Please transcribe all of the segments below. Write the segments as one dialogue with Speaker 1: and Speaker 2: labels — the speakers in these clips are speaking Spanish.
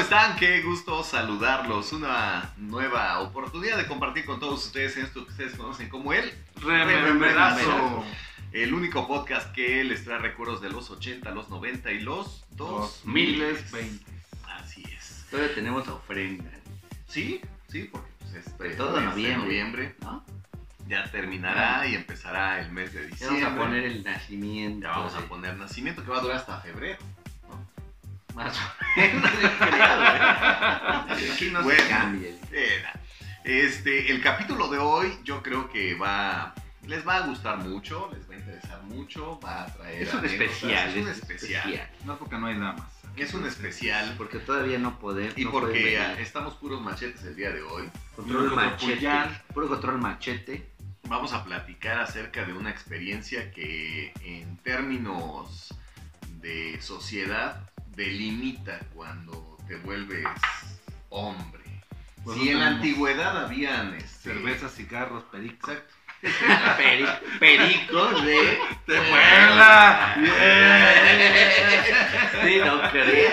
Speaker 1: están? Qué gusto saludarlos. Una nueva oportunidad de compartir con todos ustedes en esto que ustedes conocen como el
Speaker 2: Rememberazo.
Speaker 1: El único podcast que les trae recuerdos de los 80, los 90 y los 2000.
Speaker 2: 2020.
Speaker 1: Así es.
Speaker 3: Todavía tenemos ofrenda,
Speaker 1: Sí, sí, porque pues, este,
Speaker 3: Todo
Speaker 1: este
Speaker 3: noviembre.
Speaker 1: noviembre
Speaker 3: ¿no?
Speaker 1: ya terminará y empezará el mes de
Speaker 3: Ah. Ya vamos
Speaker 1: diciembre.
Speaker 3: a poner el nacimiento.
Speaker 1: Ya vamos a
Speaker 3: de-
Speaker 1: poner nacimiento que va a durar hasta febrero.
Speaker 3: Más o menos, yo creo, güey. ¿eh? Aquí no
Speaker 1: Bueno.
Speaker 3: se cambia.
Speaker 1: Era. Este, el capítulo de hoy yo creo que va, les va a gustar mucho, les va a interesar mucho, va a traer
Speaker 3: Es un
Speaker 1: anécdotas,
Speaker 3: especial.
Speaker 1: es un especial,
Speaker 2: No porque no hay damas.
Speaker 1: es un especial
Speaker 3: Porque todavía no podemos.
Speaker 1: y
Speaker 3: no pueden
Speaker 1: porque
Speaker 3: venir.
Speaker 1: estamos puros machetes el día de hoy.
Speaker 3: Control
Speaker 2: Puro
Speaker 3: machete.
Speaker 2: control.
Speaker 3: Puro control machete.
Speaker 1: Vamos a platicar acerca de una experiencia que en términos de sociedad delimita cuando te vuelves hombre.
Speaker 2: Pues
Speaker 1: si
Speaker 2: no
Speaker 1: en la
Speaker 2: tenemos
Speaker 1: antigüedad habían este,
Speaker 2: Cervezas, cigarros, pericos.
Speaker 1: Exacto.
Speaker 3: Peri- Pericos de.
Speaker 2: ¡Te vuela!
Speaker 3: Sí, no creo.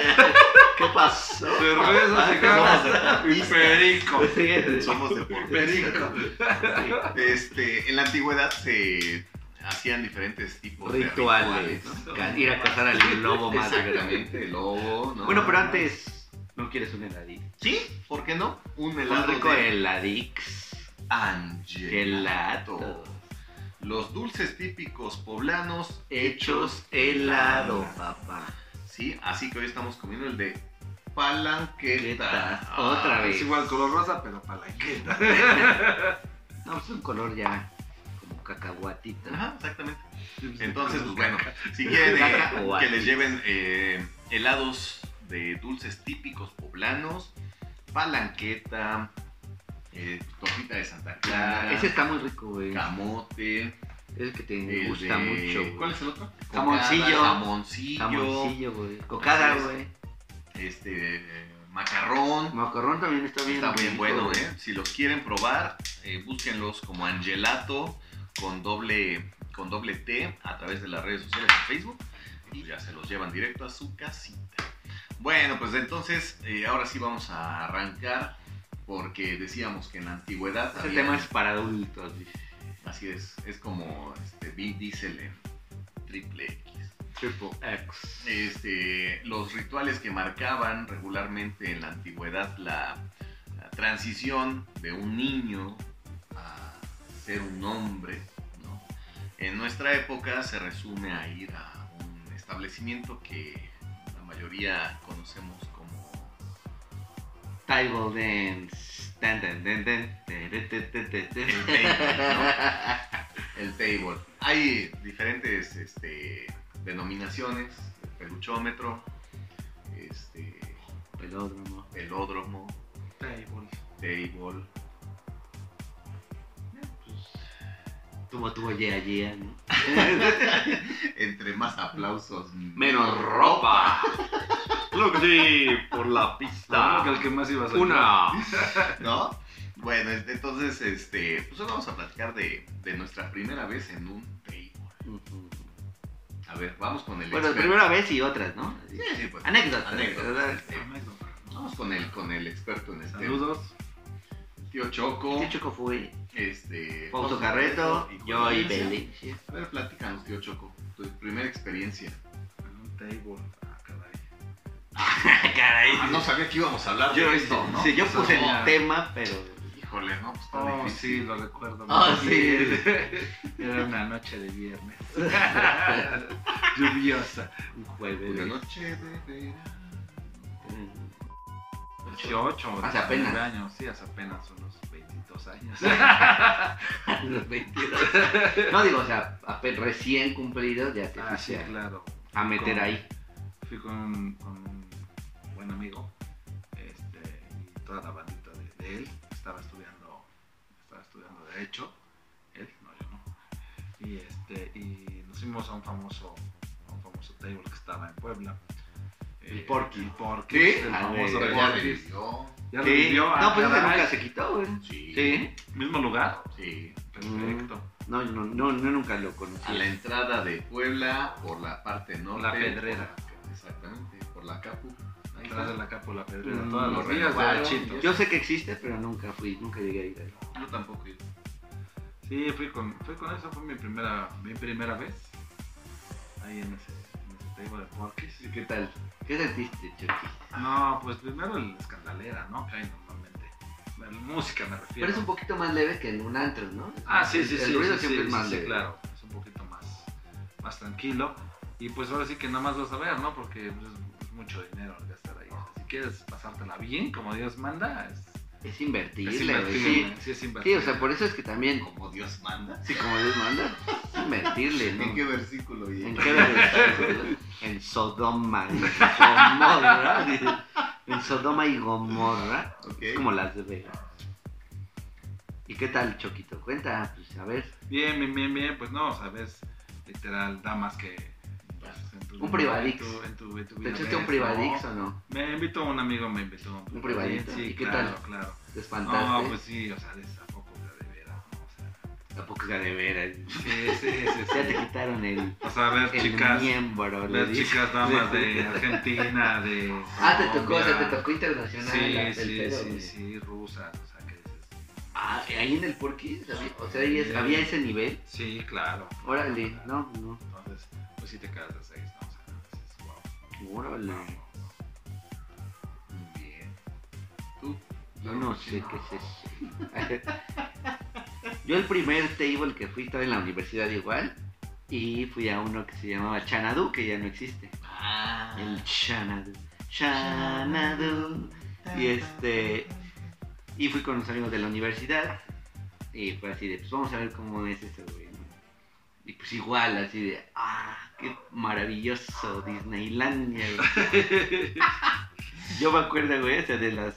Speaker 3: ¿Qué pasó? Ah,
Speaker 2: Cervezas, cigarros y pericos.
Speaker 1: Somos deportistas.
Speaker 2: Perico.
Speaker 1: Este, en la antigüedad se hacían diferentes tipos
Speaker 3: Rituales.
Speaker 1: de rituales. ¿no?
Speaker 3: Ca- Ir a cazar al lobo más grande.
Speaker 1: Exactamente, lobo, ¿no?
Speaker 3: Bueno, pero antes. ¿No quieres un heladix?
Speaker 1: Sí, ¿por qué no? Un
Speaker 3: Un
Speaker 1: helado
Speaker 3: rico
Speaker 1: de
Speaker 3: heladix.
Speaker 1: angelato.
Speaker 3: Helado.
Speaker 1: Los dulces típicos poblanos
Speaker 3: Hechos helado, papá.
Speaker 1: Sí, así que hoy estamos comiendo el de palanqueta. Ah,
Speaker 3: Queta, otra vez.
Speaker 2: Es igual color rosa, pero palanqueta.
Speaker 3: No, es un color ya como cacahuatita.
Speaker 1: Ajá, exactamente. Entonces, pues bueno, si quieren
Speaker 3: Caca o
Speaker 1: eh, que les
Speaker 3: así.
Speaker 1: lleven eh, helados de dulces típicos poblanos, palanqueta, eh, tortita de Santa Clara,
Speaker 3: Ah, Ese está muy rico, güey.
Speaker 1: camote,
Speaker 3: Es el que te
Speaker 1: el
Speaker 3: gusta
Speaker 1: de-
Speaker 3: mucho, güey.
Speaker 1: ¿Cuál es el otro?
Speaker 3: Jamoncillo.
Speaker 1: Cocada, jamoncillo,
Speaker 3: Jamoncillo, güey. Cocada,
Speaker 1: Así es.
Speaker 3: güey.
Speaker 1: este, eh, macarrón.
Speaker 3: Macarrón también está bien.
Speaker 1: Está bien
Speaker 3: rico,
Speaker 1: bueno,
Speaker 3: güey.
Speaker 1: ¿eh? Si los quieren probar, eh, búsquenlos como Angelato con doble con doble T a través de las redes sociales de Facebook y ya se los llevan directo a su casita. Bueno, pues entonces eh, ahora sí vamos a arrancar porque decíamos que en la antigüedad
Speaker 3: Ese
Speaker 1: había-
Speaker 3: tema es para adultos, dice.
Speaker 1: así es, es como este Vin Diesel en Triple X.
Speaker 3: Triple X.
Speaker 1: Este, los rituales que marcaban regularmente en la antigüedad la, la transición de un niño a ser un hombre. ¿no? En nuestra época se resume a ir a un establecimiento que la mayoría conocemos como...
Speaker 3: Table dance. Tan, tan, tan, tan. Te, te, te, te, te, te.
Speaker 1: El table, ¿no? El table. Hay diferentes este, denominaciones, el peluchómetro, este,
Speaker 3: Pelódromo.
Speaker 1: pelódromo, table,
Speaker 3: Tuvo, tuvo, yeah, yeah, ¿no?
Speaker 1: entre más aplausos,
Speaker 3: Menos ropa. Mm. Claro que sí, por
Speaker 2: Seguro
Speaker 3: la pista.
Speaker 2: que el que más iba a salir.
Speaker 3: Una.
Speaker 1: ¿no? Bueno, este, entonces, este, pues hoy vamos a platicar de, de nuestra primera vez en un table. A ver, vamos con el
Speaker 3: Bueno,
Speaker 1: experto.
Speaker 3: primera vez y otras, ¿no?
Speaker 1: Sí, sí, pues,
Speaker 3: Anécdotas.
Speaker 1: anécdotas. este,
Speaker 2: Anécdota.
Speaker 1: Vamos con el, con el experto en este.
Speaker 2: Saludos.
Speaker 1: Tío Choco,
Speaker 3: Este chico fue
Speaker 1: este...
Speaker 3: Fausto Carreto,
Speaker 1: Juan
Speaker 3: yo y
Speaker 1: Valencia.
Speaker 3: Belicia.
Speaker 1: A ver, platícanos, tío Choco, tu primera experiencia.
Speaker 2: En un table. Ah, caray.
Speaker 3: Caray.
Speaker 1: Ah, no sabía que íbamos a hablar
Speaker 3: Yo, este,
Speaker 1: de esto, ¿no?
Speaker 3: sí, yo puse el
Speaker 1: No,
Speaker 3: tema, pero.
Speaker 1: Híjole, no, pues está
Speaker 2: Oh, sí,
Speaker 1: difícil.
Speaker 2: lo recuerdo.
Speaker 3: Ah,
Speaker 2: muy
Speaker 3: sí.
Speaker 2: bien. Era una noche de viernes. Lluviosa.
Speaker 3: Un jueves.
Speaker 1: Una
Speaker 3: de-
Speaker 1: noche de verano.
Speaker 3: Mm.
Speaker 2: 18 o
Speaker 3: Hace apenas. Ah,
Speaker 2: 19 años. Sí, hace apenas unos 22 años.
Speaker 3: A los 22. No digo, o sea, apenas recién cumplido ya te
Speaker 2: Ah, sí,
Speaker 3: fuiste a-
Speaker 2: claro.
Speaker 3: a meter
Speaker 2: Con-
Speaker 3: ahí.
Speaker 2: Fui con un, con un buen amigo este, y toda la bandita de, de él. Estaba estudiando, estaba estudiando Derecho. Él, no, yo no. Y, este, y nos fuimos a un famoso, a un famoso table que estaba en Puebla.
Speaker 3: El
Speaker 2: Eh,
Speaker 3: Porky.
Speaker 2: El Porky.
Speaker 1: ¿Qué?
Speaker 2: El
Speaker 3: Ah,
Speaker 2: famoso
Speaker 3: güey,
Speaker 1: Eh, Ya
Speaker 2: Porky.
Speaker 1: revivió.
Speaker 2: Ya
Speaker 3: Sí.
Speaker 2: revivió. ah,
Speaker 3: No, pues ese
Speaker 2: caray.
Speaker 3: nunca se quitó, güey.
Speaker 1: Sí.
Speaker 3: Sí.
Speaker 2: Mismo lugar.
Speaker 1: Sí.
Speaker 2: Perfecto.
Speaker 3: No, no, no, no, nunca lo conocí.
Speaker 1: A
Speaker 2: Ah,
Speaker 1: la
Speaker 3: Mm,
Speaker 1: entrada de Puebla, por la parte norte.
Speaker 2: La Pedrera.
Speaker 1: Exactamente, por la Capu. Ahí
Speaker 2: atrás de la cápula pedrera
Speaker 3: Mm,
Speaker 2: todos
Speaker 1: lo
Speaker 2: los días
Speaker 1: renovaron.
Speaker 2: derechito.
Speaker 3: Yo sé que existe, pero nunca fui, nunca llegué a ir a él.
Speaker 1: Yo tampoco he ido.
Speaker 2: Sí, fui con, fui con eso, fue mi primera, mi primera vez. Ahí en ese, en ese table de porquis.
Speaker 3: ¿Qué tal? ¿Qué sentiste, Chucky?
Speaker 2: No, pues primero el escandalera, ¿no? Que hay normalmente. La música me refiero.
Speaker 3: Pero es un poquito más leve que en un antro, ¿no?
Speaker 2: Ah, sí, sí,
Speaker 3: el,
Speaker 2: sí.
Speaker 3: El ruido
Speaker 2: sí,
Speaker 3: siempre
Speaker 2: sí,
Speaker 3: es más
Speaker 2: sí,
Speaker 3: leve.
Speaker 2: claro. Es un poquito más, más tranquilo. Y pues ahora sí que nada más vas a ver, ¿no? Porque pues, es mucho dinero el gastar ahí. O sea, si quieres pasártela bien, como Dios manda, es,
Speaker 3: Es
Speaker 2: es
Speaker 3: invertirle, güey,
Speaker 2: invertirle,
Speaker 3: Sí.
Speaker 2: Sí, es
Speaker 3: Sí, o
Speaker 2: invertirle.
Speaker 3: sea, por eso es que también,
Speaker 1: Como Dios manda.
Speaker 3: sí, como Dios manda, es invertirle, ¿no?
Speaker 1: ¿En qué versículo? y-
Speaker 3: ¿En qué versión? En Sodoma y Gomorra. En Sodoma y Gomorra.
Speaker 1: Ok.
Speaker 3: Es como Las Vegas. ¿Y qué tal, Choquito? Cuenta, pues a ver.
Speaker 2: Bien, bien, bien, bien. Pues no, o sea, ves, literal, damas que... pues, en tu-
Speaker 3: Un privadix.
Speaker 2: en tu- en tu- en tu
Speaker 3: ¿Te
Speaker 2: vida
Speaker 3: echaste
Speaker 2: ves,
Speaker 3: un
Speaker 2: ¿no?
Speaker 3: privadix o no?
Speaker 2: Me invitó un amigo, me invitó
Speaker 3: Un privadito.
Speaker 2: Sí,
Speaker 3: ¿Y qué
Speaker 2: claro,
Speaker 3: tal?
Speaker 2: claro.
Speaker 3: ¿Te
Speaker 2: No,
Speaker 3: espantaste?
Speaker 2: pues sí, o sea, de esa poco de veras, ¿no? O sea,
Speaker 3: Tampoco sea de veras.
Speaker 2: sí, sí, sí, sí.
Speaker 3: Ya te quitaron el,
Speaker 2: O sea, ver
Speaker 3: el
Speaker 2: chicas,
Speaker 3: miembro. le
Speaker 2: ver
Speaker 3: dices.
Speaker 2: chicas damas de Argentina, de
Speaker 3: Ah, te tocó, o sea, te
Speaker 2: Colombia.
Speaker 3: tocó internacional. la-
Speaker 2: Sí,
Speaker 3: el
Speaker 2: sí,
Speaker 3: pedo,
Speaker 2: sí,
Speaker 3: güey.
Speaker 2: sí, rusas, o sea, que dices,
Speaker 3: Ah, ahí en el Porquis, había- o sea, ahí es- había ese nivel.
Speaker 2: sí, claro.
Speaker 3: Órale, no, no,
Speaker 2: Entonces, pues sí te quedas de seis, ¿no? O sea, dices, wow.
Speaker 3: órale.
Speaker 1: Bien. ¿Tú?
Speaker 3: Yo no sé qué es eso. Yo el primer table que fui estaba en la universidad igual y fui a uno que se llamaba Chanadu, que ya no existe.
Speaker 1: Ah.
Speaker 3: El Chanadu. Chanadu. Y este y fui con unos amigos de la universidad y fue así de, pues vamos a ver cómo es eso, güey. ¿no? Y pues igual, así de, ah, qué maravilloso Disneylandia, güey. Yo me acuerdo, güey, o sea, de las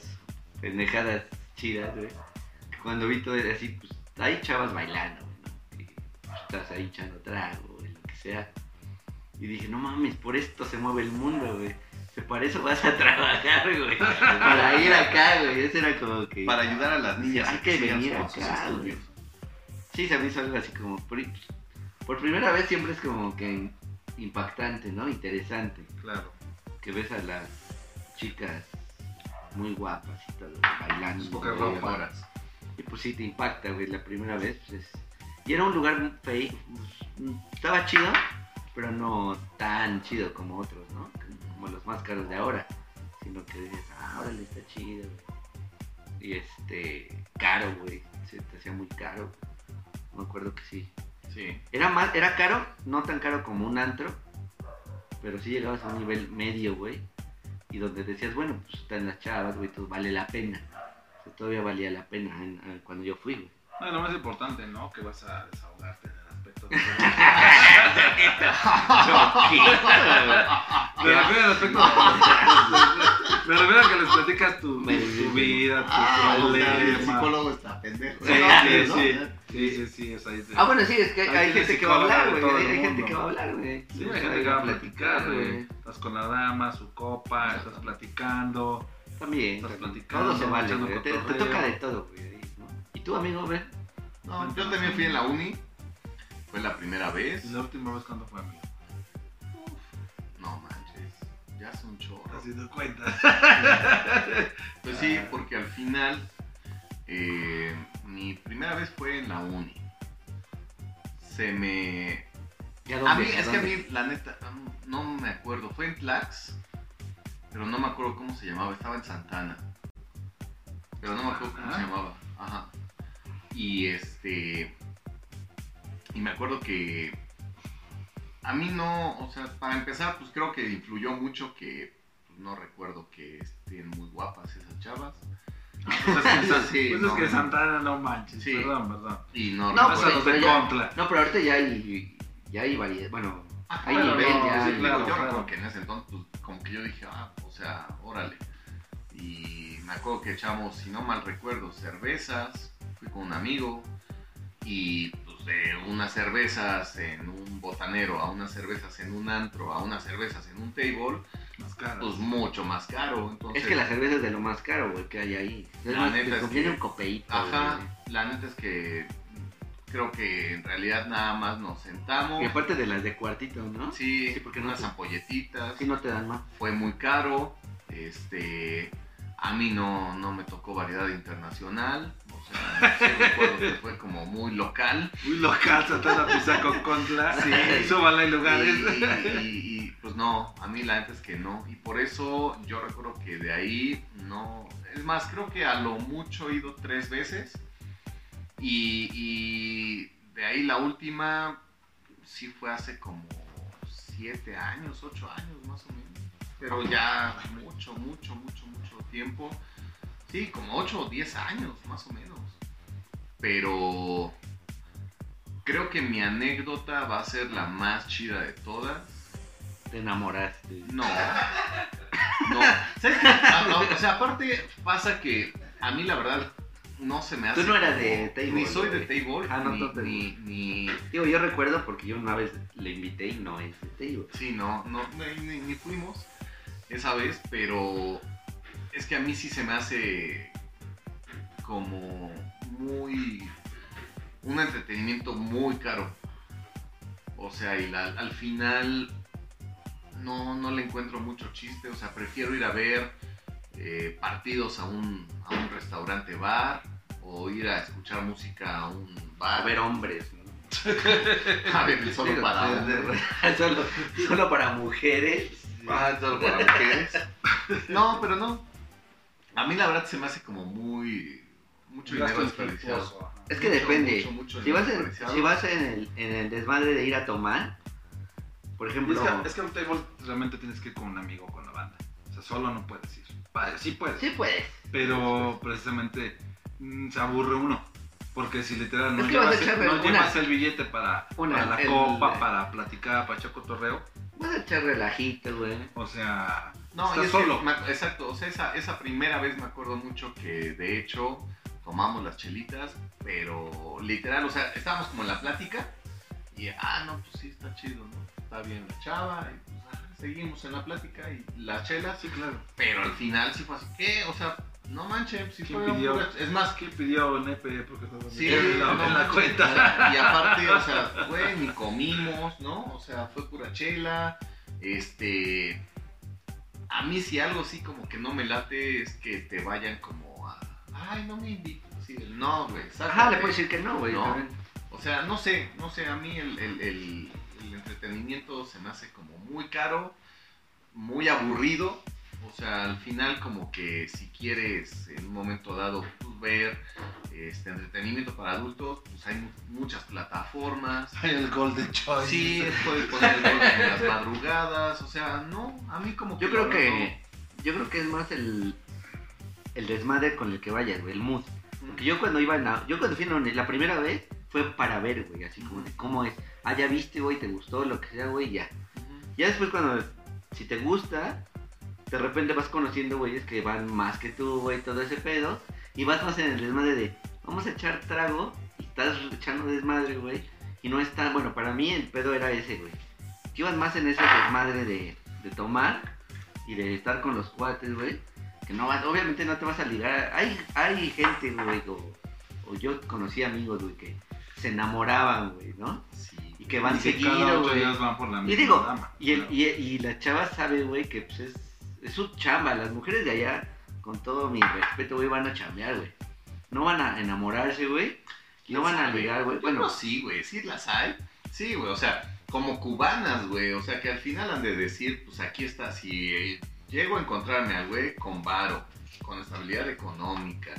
Speaker 3: pendejadas chidas, güey. que Cuando vi todo era así, pues hay chavas bailando, güey, ¿no? Y pues, estás ahí echando trago, güey, lo que sea. Y dije, no mames, por esto se mueve el mundo, güey. O sea, Para eso vas a trabajar, güey. Para ir acá, güey. Eso era como que.
Speaker 1: Para ayudar a las niñas.
Speaker 3: Hay
Speaker 1: a
Speaker 3: que
Speaker 1: sigan
Speaker 3: venir
Speaker 1: con
Speaker 3: acá,
Speaker 1: sus estudios.
Speaker 3: Sí, se me hizo algo así como. pri- Por primera vez siempre es como que impactante, ¿no? Interesante.
Speaker 2: Claro.
Speaker 3: Que ves a las chicas muy guapas y todo, bailando.
Speaker 2: Poca
Speaker 3: güey,
Speaker 2: ropa.
Speaker 3: ahora. Y pues sí, te impacta, güey, la primera vez. pues, es- Y era un lugar fake. pues, estaba chido, pero no tan chido como otros, ¿no? Como los más caros de ahora. Sino que dices, ah, órale, está chido, güey. Y este, caro, güey. Se te hacía muy caro. Me acuerdo que sí.
Speaker 1: Sí.
Speaker 3: Era más, era caro, no tan caro como un antro, pero sí llegabas a un nivel medio, güey. Y donde decías, bueno, pues están las chavas, güey, entonces vale la pena. O sea, todavía valía la pena en- en- cuando yo fui, güey.
Speaker 2: No, y lo más importante, ¿no? Que vas a desahogarte en el aspecto de... Ah,
Speaker 1: Ah.
Speaker 2: Me refiero al aspecto Me refiero a que les platicas tu,
Speaker 3: Me
Speaker 2: tu
Speaker 3: dices,
Speaker 2: vida, tus
Speaker 1: Ah, o sea, el
Speaker 2: problemas.
Speaker 1: psicólogo está pendejo.
Speaker 2: Sí,
Speaker 1: No,
Speaker 2: sí,
Speaker 1: ¿no?
Speaker 2: sí, sí, sí, sí, o sea, dices,
Speaker 3: Ah, bueno, sí, es que hay,
Speaker 2: Ahí
Speaker 3: hay
Speaker 2: tienes
Speaker 3: gente que va a hablar,
Speaker 2: psicóloga de
Speaker 3: güey.
Speaker 2: todo
Speaker 3: Hay,
Speaker 2: el
Speaker 3: hay gente
Speaker 2: mundo.
Speaker 3: que va a hablar, güey.
Speaker 2: Sí,
Speaker 3: O
Speaker 2: hay
Speaker 3: sea,
Speaker 2: gente que va a platicar, güey. Estás con la dama, su copa, estás platicando.
Speaker 3: También,
Speaker 2: Estás
Speaker 3: también.
Speaker 2: platicando,
Speaker 3: Todo se vale,
Speaker 2: echando
Speaker 3: güey. Te, te
Speaker 2: cotorreo.
Speaker 3: toca de todo, güey. ahí, ¿no? ¿Y tú, amigo, güey?
Speaker 1: No, yo también fui en la uni. Fue la primera vez.
Speaker 2: Y la última vez cuando fue amigo.
Speaker 1: No manches. Ya son chorros.
Speaker 2: Haciendo cuenta.
Speaker 1: Pues sí, porque al final eh, mi primera vez fue en la uni. Se me
Speaker 3: ¿Y a
Speaker 1: A
Speaker 3: dónde?
Speaker 1: mí, es que a
Speaker 3: dónde?
Speaker 1: mí, la neta, am, no me acuerdo. Fue en Tlax, pero no me acuerdo cómo se llamaba. Estaba en Santana. Pero no me acuerdo cómo
Speaker 3: Ah.
Speaker 1: se
Speaker 2: Ajá.
Speaker 1: llamaba. Ajá. Y este. Y me acuerdo que. A mí no, o sea, para empezar, pues creo que influyó mucho que pues, no recuerdo que estén muy guapas esas chavas.
Speaker 2: Pues es que, San-
Speaker 1: Sí,
Speaker 2: pues es
Speaker 1: no,
Speaker 2: que
Speaker 1: no.
Speaker 2: Santana no manches.
Speaker 1: Sí.
Speaker 2: Perdón, perdón.
Speaker 1: Y no,
Speaker 3: No,
Speaker 1: recuerdo-
Speaker 3: pues,
Speaker 2: Pásanos de
Speaker 3: pero ya-
Speaker 2: contra.
Speaker 3: No, pero ahorita ya hay, ya hay variedad. Bueno,
Speaker 1: Ah,
Speaker 3: hay
Speaker 1: claro,
Speaker 3: nivel
Speaker 1: no,
Speaker 3: ya.
Speaker 1: sí,
Speaker 3: hay-
Speaker 1: claro, yo
Speaker 2: claro.
Speaker 1: recuerdo que en ese entonces, pues, como que yo dije, ah, o sea, órale. Y me acuerdo que echamos, si no mal recuerdo, cervezas. Fui con un amigo y pues de unas cervezas en un botanero a unas cervezas en un antro a unas cervezas en un table,
Speaker 2: Más caras.
Speaker 1: pues mucho más caro. Entonces,
Speaker 3: Es que la cerveza es de lo más caro, güey, que hay ahí. Es
Speaker 1: La
Speaker 3: más,
Speaker 1: neta
Speaker 3: te
Speaker 1: es
Speaker 3: conviene
Speaker 1: que-
Speaker 3: un copeíto.
Speaker 1: Ajá, la neta es que creo que en realidad nada más nos
Speaker 3: güey. Y
Speaker 1: sentamos.
Speaker 3: aparte de las de cuartito, ¿no?
Speaker 1: Sí,
Speaker 3: Sí, porque no
Speaker 1: unas
Speaker 3: te-
Speaker 1: ampolletitas.
Speaker 3: Así no te dan más.
Speaker 1: Fue muy caro. Este, a mí no, no me tocó variedad internacional, o sea, sí recuerdo que fue como muy local.
Speaker 2: Muy local, Santana Pizza con Contla.
Speaker 1: Sí.
Speaker 2: Súbala en
Speaker 1: Y,
Speaker 2: lugares.
Speaker 1: y- y, pues no, a mí la neta es que no. Y por eso yo recuerdo que de ahí no. Es más, creo que a lo mucho he ido tres veces. Y, y de ahí la última sí fue hace como siete años, ocho años más o menos. Pero ya mucho, mucho, mucho, mucho tiempo. Sí, como ocho o diez años más o menos. Pero creo que mi anécdota va a ser la más chida de todas.
Speaker 3: Te enamoraste.
Speaker 1: No. No. ¿Sabes qué? Ah, no, O sea, aparte pasa que a mí la verdad no se me hace.
Speaker 3: Tú no eras
Speaker 1: como-
Speaker 3: de table,
Speaker 1: Ni soy de
Speaker 3: güey.
Speaker 1: table.
Speaker 3: Ah, no,
Speaker 1: ni,
Speaker 3: no te-
Speaker 1: ni, ni-
Speaker 3: Digo, yo recuerdo porque yo una vez le invité y no es este. digo,
Speaker 1: Sí, no, no, ni, ni- ni fuimos esa vez, pero es que a mí sí se me hace como muy. un entretenimiento muy caro. O sea, y la- al final no, no le encuentro mucho chiste. O sea, prefiero ir a ver eh, partidos a un, a un restaurante bar o ir a escuchar música a un bar.
Speaker 3: A ver hombres, ¿no?
Speaker 1: a ver, el solo
Speaker 3: Digo,
Speaker 1: para
Speaker 3: de- de-
Speaker 1: hombres.
Speaker 3: solo, solo para mujeres.
Speaker 1: Ah, es algo para mujeres. No, pero no. A mí la verdad se me hace como muy. mucho dinero desperdiciado.
Speaker 3: Es que
Speaker 1: Mucho,
Speaker 3: depende.
Speaker 1: mucho, mucho
Speaker 3: Si vas,
Speaker 1: dinero
Speaker 3: en,
Speaker 1: desperdiciado.
Speaker 3: si vas en, el, en el desmadre de ir a tomar, por
Speaker 2: Y
Speaker 3: ejemplo,
Speaker 2: Es que, es que a un table realmente tienes que ir con un amigo o con la banda. O sea, solo no puedes ir. Vale, sí puedes.
Speaker 3: sí pues, puedes.
Speaker 2: Pero precisamente mm, se aburre uno. Porque si literal no,
Speaker 3: Es que vas a
Speaker 2: llevas,
Speaker 3: echarle
Speaker 2: no
Speaker 3: una.
Speaker 2: llevas el billete para,
Speaker 3: Una,
Speaker 2: para la
Speaker 3: el-
Speaker 2: copa, para platicar, para echar cotorreo,
Speaker 3: Vas a echar relajito, güey.
Speaker 2: o sea,
Speaker 1: No, y
Speaker 2: estás
Speaker 1: es que
Speaker 2: solo.
Speaker 1: me ac- exacto, o sea, esa, esa primera vez me acuerdo mucho que de hecho tomamos las chelitas, pero literal, o sea, estábamos como en la plática y, ah, no, pues sí, está chido, ¿no? Está bien la chava y pues ah, seguimos en la plática y las chelas,
Speaker 2: Sí, claro.
Speaker 1: pero al final sí fue así, ¿qué? O sea, no manches, si
Speaker 2: ¿Quién
Speaker 1: fue un
Speaker 2: pidió?
Speaker 1: pura- Es más,
Speaker 2: ¿Quién pidió el nepe? Porque estaba
Speaker 1: Sí,
Speaker 2: metido en la,
Speaker 1: no
Speaker 2: en la
Speaker 1: manches, o
Speaker 2: cuenta.
Speaker 1: sea, Y aparte, o sea, fue, ni comimos, ¿no? O sea, fue pura chela. Este. A mí, si algo sí como que no me late, es que te vayan como a. Ay, no me invitas. así de, no, güey.
Speaker 3: Ajá,
Speaker 1: sácate".
Speaker 3: le puedes decir que no, güey.
Speaker 1: No.
Speaker 3: también.
Speaker 1: O sea, no sé, no sé. A mí el, el- el- el entretenimiento se me hace como muy caro, muy aburrido. O sea, al final, como que si quieres en un momento dado pues, ver este entretenimiento para adultos, pues hay mu- muchas plataformas.
Speaker 2: El Golden Choice.
Speaker 1: Sí, puedes poner el golf en las madrugadas, o sea, no, a mí como que...
Speaker 3: Yo creo
Speaker 1: la verdad
Speaker 3: que yo creo que es más el, el desmadre con el que vayas, güey, el mood.
Speaker 1: no.
Speaker 3: Porque yo cuando iba en la, yo cuando fui en la uni- la primera vez fue para ver, güey, así como de cómo es. Ah, ya viste, güey, te gustó, lo que sea, güey, ya.
Speaker 1: Ujú.
Speaker 3: Ya después cuando si te gusta, de repente vas conociendo güeyes que van más que tú, güey, todo ese pedo y vas más en el desmadre de vamos a echar trago y estás echando desmadre, güey, y no está, bueno, para mí el pedo era ese, güey. Que ibas más en ese desmadre de, de tomar y de estar con los cuates, güey. Que no vas, obviamente no te vas a ligar. Hay, hay gente, güey, o, o yo conocí amigos, güey, que se enamoraban, güey, ¿no?
Speaker 1: Sí,
Speaker 3: Y que van
Speaker 2: que
Speaker 3: seguido,
Speaker 2: cada ocho
Speaker 3: güey.
Speaker 2: días van por la
Speaker 3: Y
Speaker 2: misma
Speaker 3: digo,
Speaker 2: dama.
Speaker 3: y, el-
Speaker 2: Claro.
Speaker 3: y, y la chava sabe, güey, que pues es, es su chamba. Las mujeres de allá, con todo mi respeto, güey, van a chambear, güey. No van a enamorarse, güey. No van a ligar, güey.
Speaker 1: Bueno,
Speaker 3: Bueno,
Speaker 1: sí, güey, sí las hay. Sí, güey, o sea, como cubanas, güey, o sea, que al final han de decir, pues aquí está, si eh, llego a encontrarme al güey con varo, con estabilidad económica,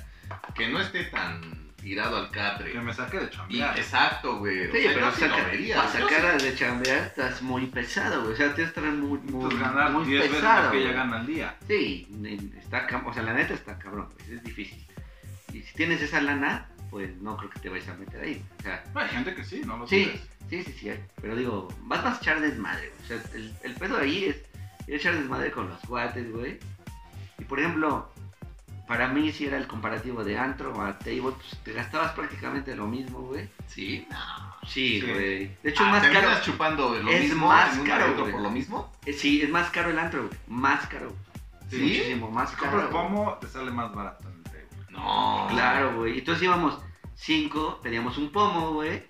Speaker 1: que no esté tan tirado al
Speaker 2: Que
Speaker 1: catre.
Speaker 2: me saque de
Speaker 1: Y-
Speaker 2: chambear.
Speaker 1: exacto, güey. o
Speaker 3: sí,
Speaker 1: sea,
Speaker 3: pero
Speaker 1: yo sí lo
Speaker 3: saca-
Speaker 1: vería,
Speaker 3: para
Speaker 1: yo sí
Speaker 3: sacar de chambear estás muy pesado, güey. O sea, tienes que estar muy, muy,
Speaker 1: Pues
Speaker 2: Entonces ganar
Speaker 3: muy
Speaker 2: 10 veces
Speaker 3: pesado,
Speaker 2: lo que ella
Speaker 3: güey.
Speaker 2: gana al día.
Speaker 3: Sí, en- está, cab- o sea, la neta está cabrón, güey. Es difícil. Y si tienes esa lana, pues no creo que te vayas a meter ahí. O sea,
Speaker 2: Hay gente que sí, no lo
Speaker 3: Sí,
Speaker 2: sabes.
Speaker 3: sí, sí, sí. hay. Pero digo, vas más a echar desmadre, güey. O sea, el, el pedo ahí es ir a echar desmadre con los cuates, güey. Y por ejemplo, para mí si era el comparativo de antro a table, pues te gastabas prácticamente lo mismo, güey.
Speaker 1: Sí, no.
Speaker 3: Sí,
Speaker 2: Sí.
Speaker 3: güey. De hecho,
Speaker 1: Ah,
Speaker 3: es más
Speaker 1: ¿terminas
Speaker 3: caro.
Speaker 1: chupando lo
Speaker 3: Es
Speaker 1: mismo
Speaker 3: más
Speaker 1: en un
Speaker 3: caro,
Speaker 1: evento
Speaker 3: güey.
Speaker 1: por lo mismo?
Speaker 3: eh, Sí, es más caro el antro, güey. Más caro. güey.
Speaker 1: Sí.
Speaker 3: Muchísimo más
Speaker 2: Compras
Speaker 3: caro. güey.
Speaker 2: pomo, te sale más barato en el table.
Speaker 1: No.
Speaker 3: Claro, güey. Entonces íbamos cinco, pedíamos un pomo, güey.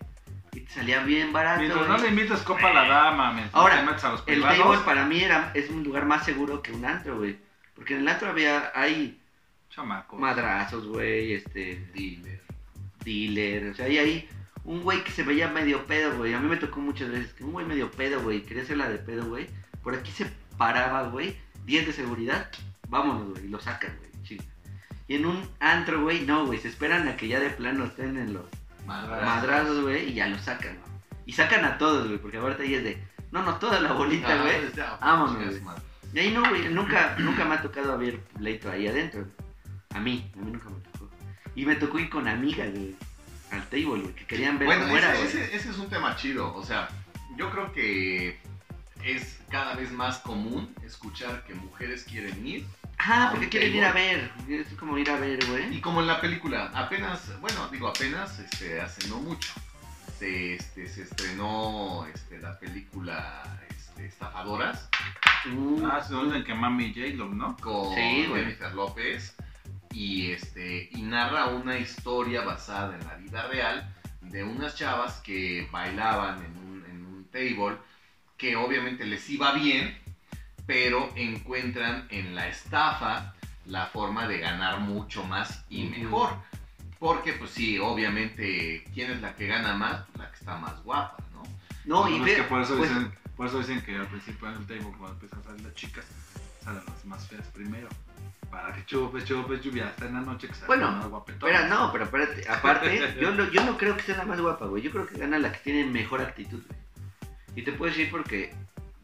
Speaker 3: Y te salía bien barato.
Speaker 2: Mientras
Speaker 3: güey.
Speaker 2: no le invites copa a la dama, mientras
Speaker 3: Ah, Ahora,
Speaker 2: te metes a los
Speaker 3: El
Speaker 2: privados.
Speaker 3: table para mí era, es un lugar más seguro que un antro, güey. Porque en el antro había, hay
Speaker 2: Chamaco.
Speaker 3: madrazos, güey, este,
Speaker 1: Dealer.
Speaker 3: dealer, o sea, hay ahí un güey que se veía medio pedo, güey. A mí me tocó muchas veces que un güey medio pedo, güey, quería hacer la de pedo, güey. Por aquí se paraba, güey, 10 de seguridad, vámonos, güey, y lo sacan, güey, chinga. Y en un antro, güey, no, güey, se esperan a que ya de plano estén en los
Speaker 1: Ah,
Speaker 2: Madrazos.
Speaker 3: madrazos, güey, y ya lo sacan, güey. Y sacan a todos, güey, porque aparte ahí es de, no, no, toda la bolita,
Speaker 1: Ah,
Speaker 3: güey.
Speaker 1: está,
Speaker 3: Vámonos,
Speaker 1: chingas,
Speaker 3: güey.
Speaker 1: madre.
Speaker 3: Y ahí no, güey, nunca, nunca me ha tocado haber pleito ahí adentro. güey. A mí, a mí nunca me tocó. Y me tocó ir con amigas, güey, al table, güey, que querían ver
Speaker 1: Bueno,
Speaker 3: fuera,
Speaker 1: ese,
Speaker 3: güey.
Speaker 1: ese- ese es un tema chido. O sea, yo creo que es cada vez más común escuchar que mujeres quieren ir.
Speaker 3: Ah,
Speaker 1: a
Speaker 3: porque
Speaker 1: un
Speaker 3: quieren
Speaker 1: table.
Speaker 3: ir a ver. Es como ir a ver, güey.
Speaker 1: Y como en la película, apenas, bueno, digo apenas, este, hace no mucho, se, este, se estrenó este, la película este, Estafadoras
Speaker 3: Mm.
Speaker 2: Ah, se dicen que mami J-Lo, ¿no?
Speaker 1: con
Speaker 3: Sí, güey.
Speaker 1: Jennifer López y, este, y narra una historia basada en la vida real de unas chavas que bailaban en un, en un table que obviamente les iba bien, pero encuentran en la estafa la forma de ganar mucho más y
Speaker 3: Ujú.
Speaker 1: mejor. Porque pues sí, obviamente, ¿quién es la que gana más? Pues, La que está más guapa, ¿no?
Speaker 3: no, y
Speaker 2: es
Speaker 3: ve-
Speaker 2: que por eso,
Speaker 3: pues,
Speaker 2: dicen, por eso dicen que al principio en el table, cuando empiezan a salir las chicas, salen las más feas primero. Para que chupes, chupes, lluvia, hasta en la noche que salen
Speaker 3: Bueno,
Speaker 2: más guapetones.
Speaker 3: Espera, no, pero espérate, aparte, yo no, yo no creo que sea la más guapa, güey. Yo creo que gana la que tiene mejor actitud, güey. Y te puedo decir porque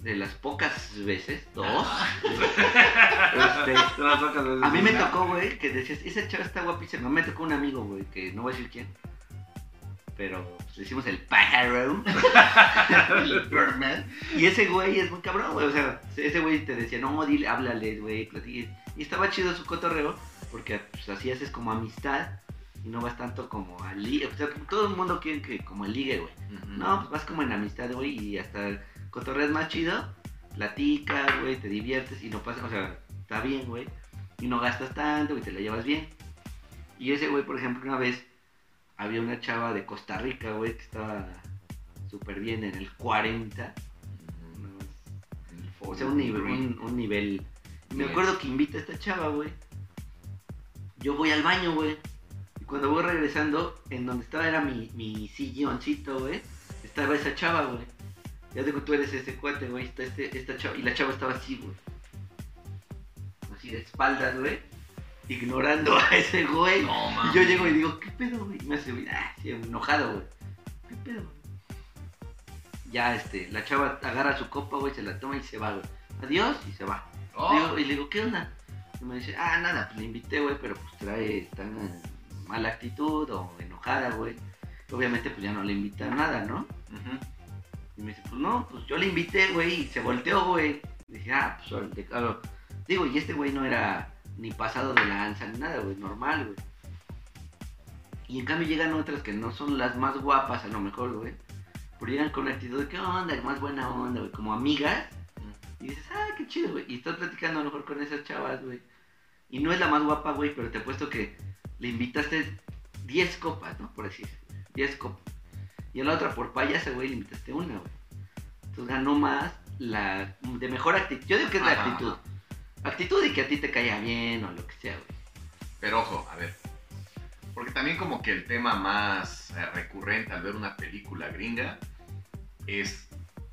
Speaker 3: de las pocas veces, dos, este,
Speaker 2: Te las sacas de
Speaker 3: A mí me
Speaker 2: escena.
Speaker 3: tocó, güey, que decías, esa chava está guapísima. Me tocó un amigo, güey, que no voy a decir quién. Pero pues, le hicimos el pájaro.
Speaker 1: El Birdman.
Speaker 3: y ese güey es muy cabrón, güey. O sea, ese güey te decía, no, dile, háblales, güey, platique. Y estaba chido su cotorreo, porque pues, así haces como amistad. Y no vas tanto como al ligue. O sea, todo el mundo quiere que como el ligue, güey. No, pues vas como en amistad, güey, y hasta cotorreas más chido, platicas, güey, te diviertes y no pasa, o sea, está bien, güey, y no gastas tanto, güey, te la llevas bien. Y ese güey, por ejemplo, una vez había una chava de Costa Rica, güey, que estaba súper bien en el 40,
Speaker 1: Ujú.
Speaker 3: ¿no? o sea, un nivel, un, un nivel. Y me
Speaker 1: Nivel.
Speaker 3: acuerdo que invita a esta chava, güey. Yo voy al baño, güey. Y cuando voy regresando, en donde estaba era mi, mi silloncito, güey. Estaba esa chava, güey. Ya digo, tú eres ese cuate, güey. Está este, esta chava. Y la chava estaba así, güey. Así de espaldas, güey. Ignorando a ese güey.
Speaker 1: No,
Speaker 3: Y yo llego y digo, ¿qué pedo, güey? Y me hace, güey, ah, sí, enojado, güey. ¿Qué pedo, güey? Ya, este, la chava agarra su copa, güey, se la toma y se va, güey. Adiós, y se va.
Speaker 1: Oh.
Speaker 3: Digo- y le digo, ¿qué onda? Y me dice, ah, nada, pues le invité, güey, pero pues trae tan eh, mala actitud o enojada, güey. Obviamente, pues ya no le invita a nada, ¿no? Y me dice, pues no, pues yo le invité, güey, y se volteó, güey. Y dije, ah, pues órale, claro. Digo, y este güey no era ni pasado de lanza ni nada, güey, normal, güey. Y en cambio llegan otras que no son las más guapas, a lo mejor, güey. Pero llegan con la actitud de, ¿qué onda? Más buena onda, güey, como amigas. Y dices, ah, qué chido, güey. Y estás platicando a lo mejor con esas chavas, güey. Y no es la más guapa, güey, pero te apuesto que le invitaste 10 copas, ¿no? Por decir, 10 copas. Y a la otra, por payasa, güey, le invitaste una, güey. Entonces ganó más la de mejor actitud. Yo digo que es la
Speaker 1: Ajá,
Speaker 3: actitud. Actitud y que a ti te caiga bien o lo que sea, güey.
Speaker 1: Pero ojo, a ver. Porque también como que el tema más eh, recurrente al ver una película gringa es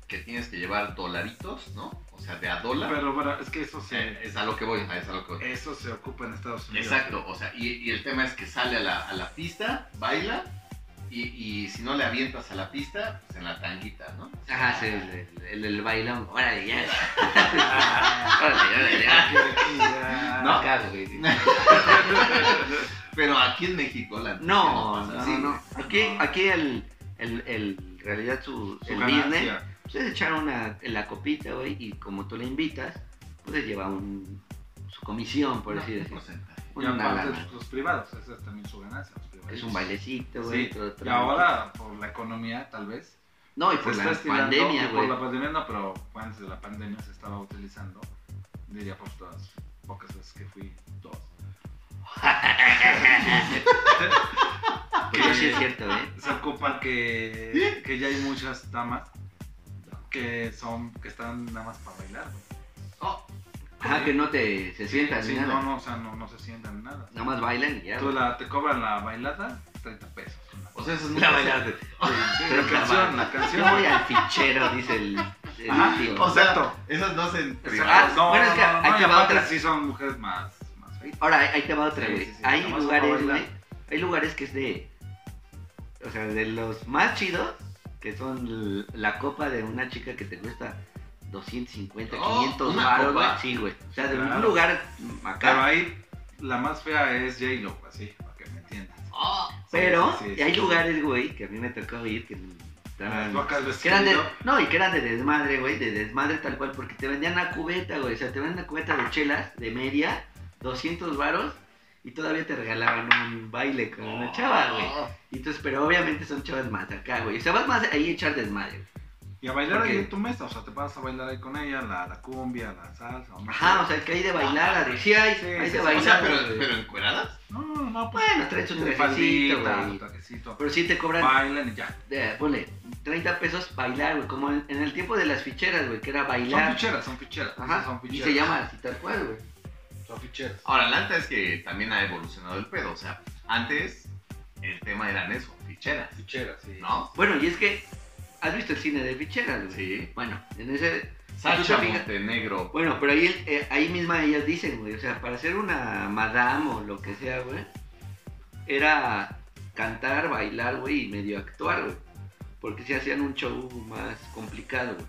Speaker 1: que tienes que llevar dolaritos, ¿no? O sea, de a dólar.
Speaker 2: "Ah, Pero bueno, es que eso
Speaker 1: Eh,
Speaker 2: se,
Speaker 1: es a lo que voy, es a lo que voy.
Speaker 2: eso se ocupa en Estados Unidos.
Speaker 1: Exacto, o sea, y, y el tema es que sale a la, a la pista, baila, y, y si no le avientas a la pista, pues en la tanguita, ¿no?
Speaker 3: Ajá, sí, el, el, el, el bailón. Órale, ya.
Speaker 2: Ah,
Speaker 3: Órale, órale, ya.
Speaker 2: ya.
Speaker 1: No.
Speaker 3: Acá, güey.
Speaker 1: Pero aquí en México la
Speaker 3: No,
Speaker 1: pasa
Speaker 3: no,
Speaker 1: así,
Speaker 3: no.
Speaker 1: güey.
Speaker 3: Aquí, aquí el, el, el, en realidad su,
Speaker 2: Su
Speaker 3: el business
Speaker 2: ganancia.
Speaker 3: pues, es echar una, la copita, güey, y como tú le invitas, pues le lleva un, su comisión, por
Speaker 1: No,
Speaker 3: así
Speaker 1: un
Speaker 3: decirlo.
Speaker 1: porcentaje.
Speaker 2: Y
Speaker 3: Una
Speaker 2: aparte pues,
Speaker 3: lana.
Speaker 2: los privados, esa es también su ganancia. Los privados.
Speaker 3: Es un bailecito, güey.
Speaker 2: Sí,
Speaker 3: todo-
Speaker 2: y
Speaker 3: todo-
Speaker 2: ahora, por la economía, tal vez,
Speaker 3: No, y
Speaker 2: se
Speaker 3: por
Speaker 2: está
Speaker 3: la
Speaker 2: estirando, y
Speaker 3: pandemia,
Speaker 2: Por
Speaker 3: güey.
Speaker 2: la pandemia no, pero antes de la pandemia se estaba utilizando, diría por todas las pocas veces que fui, dos.
Speaker 3: Pero Ah, sí es cierto, ¿eh?
Speaker 2: se ocupa que, que ya hay muchas damas que son que están nada más para bailar, güey.
Speaker 1: Oh,
Speaker 3: Ajá, que no te se
Speaker 2: Sí,
Speaker 3: sientan
Speaker 2: sí,
Speaker 3: ni nada.
Speaker 2: No, no, o sea, no, no se sientan ni nada.
Speaker 3: Nada más bailan y ya.
Speaker 2: Tú la, te cobran la bailada, 30 pesos. una
Speaker 1: O
Speaker 2: cosa.
Speaker 1: sea, esas
Speaker 3: La
Speaker 1: nunca se-
Speaker 3: bailada.
Speaker 2: Sí,
Speaker 3: pero
Speaker 2: la canción, la
Speaker 3: Yo
Speaker 2: canción.
Speaker 3: voy al fichero, dice el, el
Speaker 2: Ajá,
Speaker 3: tío.
Speaker 1: O sea,
Speaker 2: Exacto.
Speaker 1: esas no se
Speaker 3: Ah,
Speaker 2: Ah,
Speaker 1: privadas.
Speaker 2: no,
Speaker 3: bueno, es que
Speaker 2: no, no,
Speaker 3: ahí
Speaker 2: no,
Speaker 3: te
Speaker 2: y
Speaker 3: va
Speaker 2: aparte
Speaker 3: otra.
Speaker 2: Sí son mujeres más, más feitas.
Speaker 3: Ahora, ahí ahí te va otra,
Speaker 2: Sí,
Speaker 3: güey.
Speaker 2: sí, sí,
Speaker 3: hay
Speaker 2: nomás una
Speaker 3: lugares,
Speaker 2: baila.
Speaker 3: güey. Hay lugares que es de. O sea, de los más chidos, que son l- la copa de una chica que te cuesta 250,
Speaker 1: Oh,
Speaker 3: 500
Speaker 1: una
Speaker 3: baros, güey.
Speaker 1: copa.
Speaker 3: Sí, güey. O sea, de un
Speaker 2: Claro.
Speaker 3: lugar
Speaker 2: Pero
Speaker 3: acá.
Speaker 2: ahí la más fea es J-Lo, así, para que me entiendas.
Speaker 1: Oh,
Speaker 2: Ah.
Speaker 3: Pero
Speaker 2: Sí, sí, sí,
Speaker 3: hay
Speaker 2: sí. Ah,
Speaker 3: lugares, güey, que a mí me tocó ir que. estaban-
Speaker 2: Tú acá
Speaker 3: Que eran de,
Speaker 2: vestido.
Speaker 3: no, y que eran de desmadre, güey, de desmadre tal cual, porque te vendían la cubeta, güey, o sea, te vendían una cubeta de chelas, de media, 200 varos, y todavía te regalaban un baile con una chava, güey. Y Entonces, pero obviamente son chavas más acá, güey, o sea, vas más ahí a echar desmadre. güey.
Speaker 2: Y a bailar
Speaker 3: Porque-
Speaker 2: ahí en tu mesa, o sea, te vas a bailar ahí con ella, la, la cumbia, la salsa. o no
Speaker 3: Ajá, o
Speaker 2: sé.
Speaker 3: sea, que hay de bailar, a decir, hay,
Speaker 2: Sí,
Speaker 3: hay
Speaker 2: sí,
Speaker 3: de
Speaker 2: sí,
Speaker 1: O sea,
Speaker 3: bailar.
Speaker 1: pero,
Speaker 3: güey.
Speaker 1: pero encueradas.
Speaker 2: No, no, no, pues.
Speaker 3: Bueno, traes un
Speaker 2: de
Speaker 3: trajecito,
Speaker 2: faldita,
Speaker 3: güey.
Speaker 2: tu trajecito.
Speaker 3: Pero sí te cobran,
Speaker 2: Bailan y ya.
Speaker 3: eh, ponle, 30 pesos bailar, güey, como en, en el tiempo de las ficheras, güey, que era
Speaker 2: Son
Speaker 3: bailar.
Speaker 2: ficheras, son ficheras. esas
Speaker 3: Ajá,
Speaker 2: son
Speaker 3: y
Speaker 2: ficheras.
Speaker 3: se llama así tal cual, güey.
Speaker 2: Son ficheras.
Speaker 1: Ahora, la neta es que también ha evolucionado el pedo. O sea, antes el tema eran eso, ficheras,
Speaker 3: Ah.
Speaker 2: Ficheras, sí.
Speaker 1: ¿no?
Speaker 3: Bueno, y es que, ¿has visto el cine de ficheras, güey?
Speaker 1: Sí.
Speaker 3: Bueno, en ese.
Speaker 1: Sacha
Speaker 3: Entonces,
Speaker 1: Montenegro.
Speaker 3: Bueno, pero ahí, el- eh, ahí misma ellas dicen, güey. O sea, para ser una madame o lo que sea, güey, era cantar, bailar, güey, y medio actuar, güey. Porque se hacían un show más complicado, güey.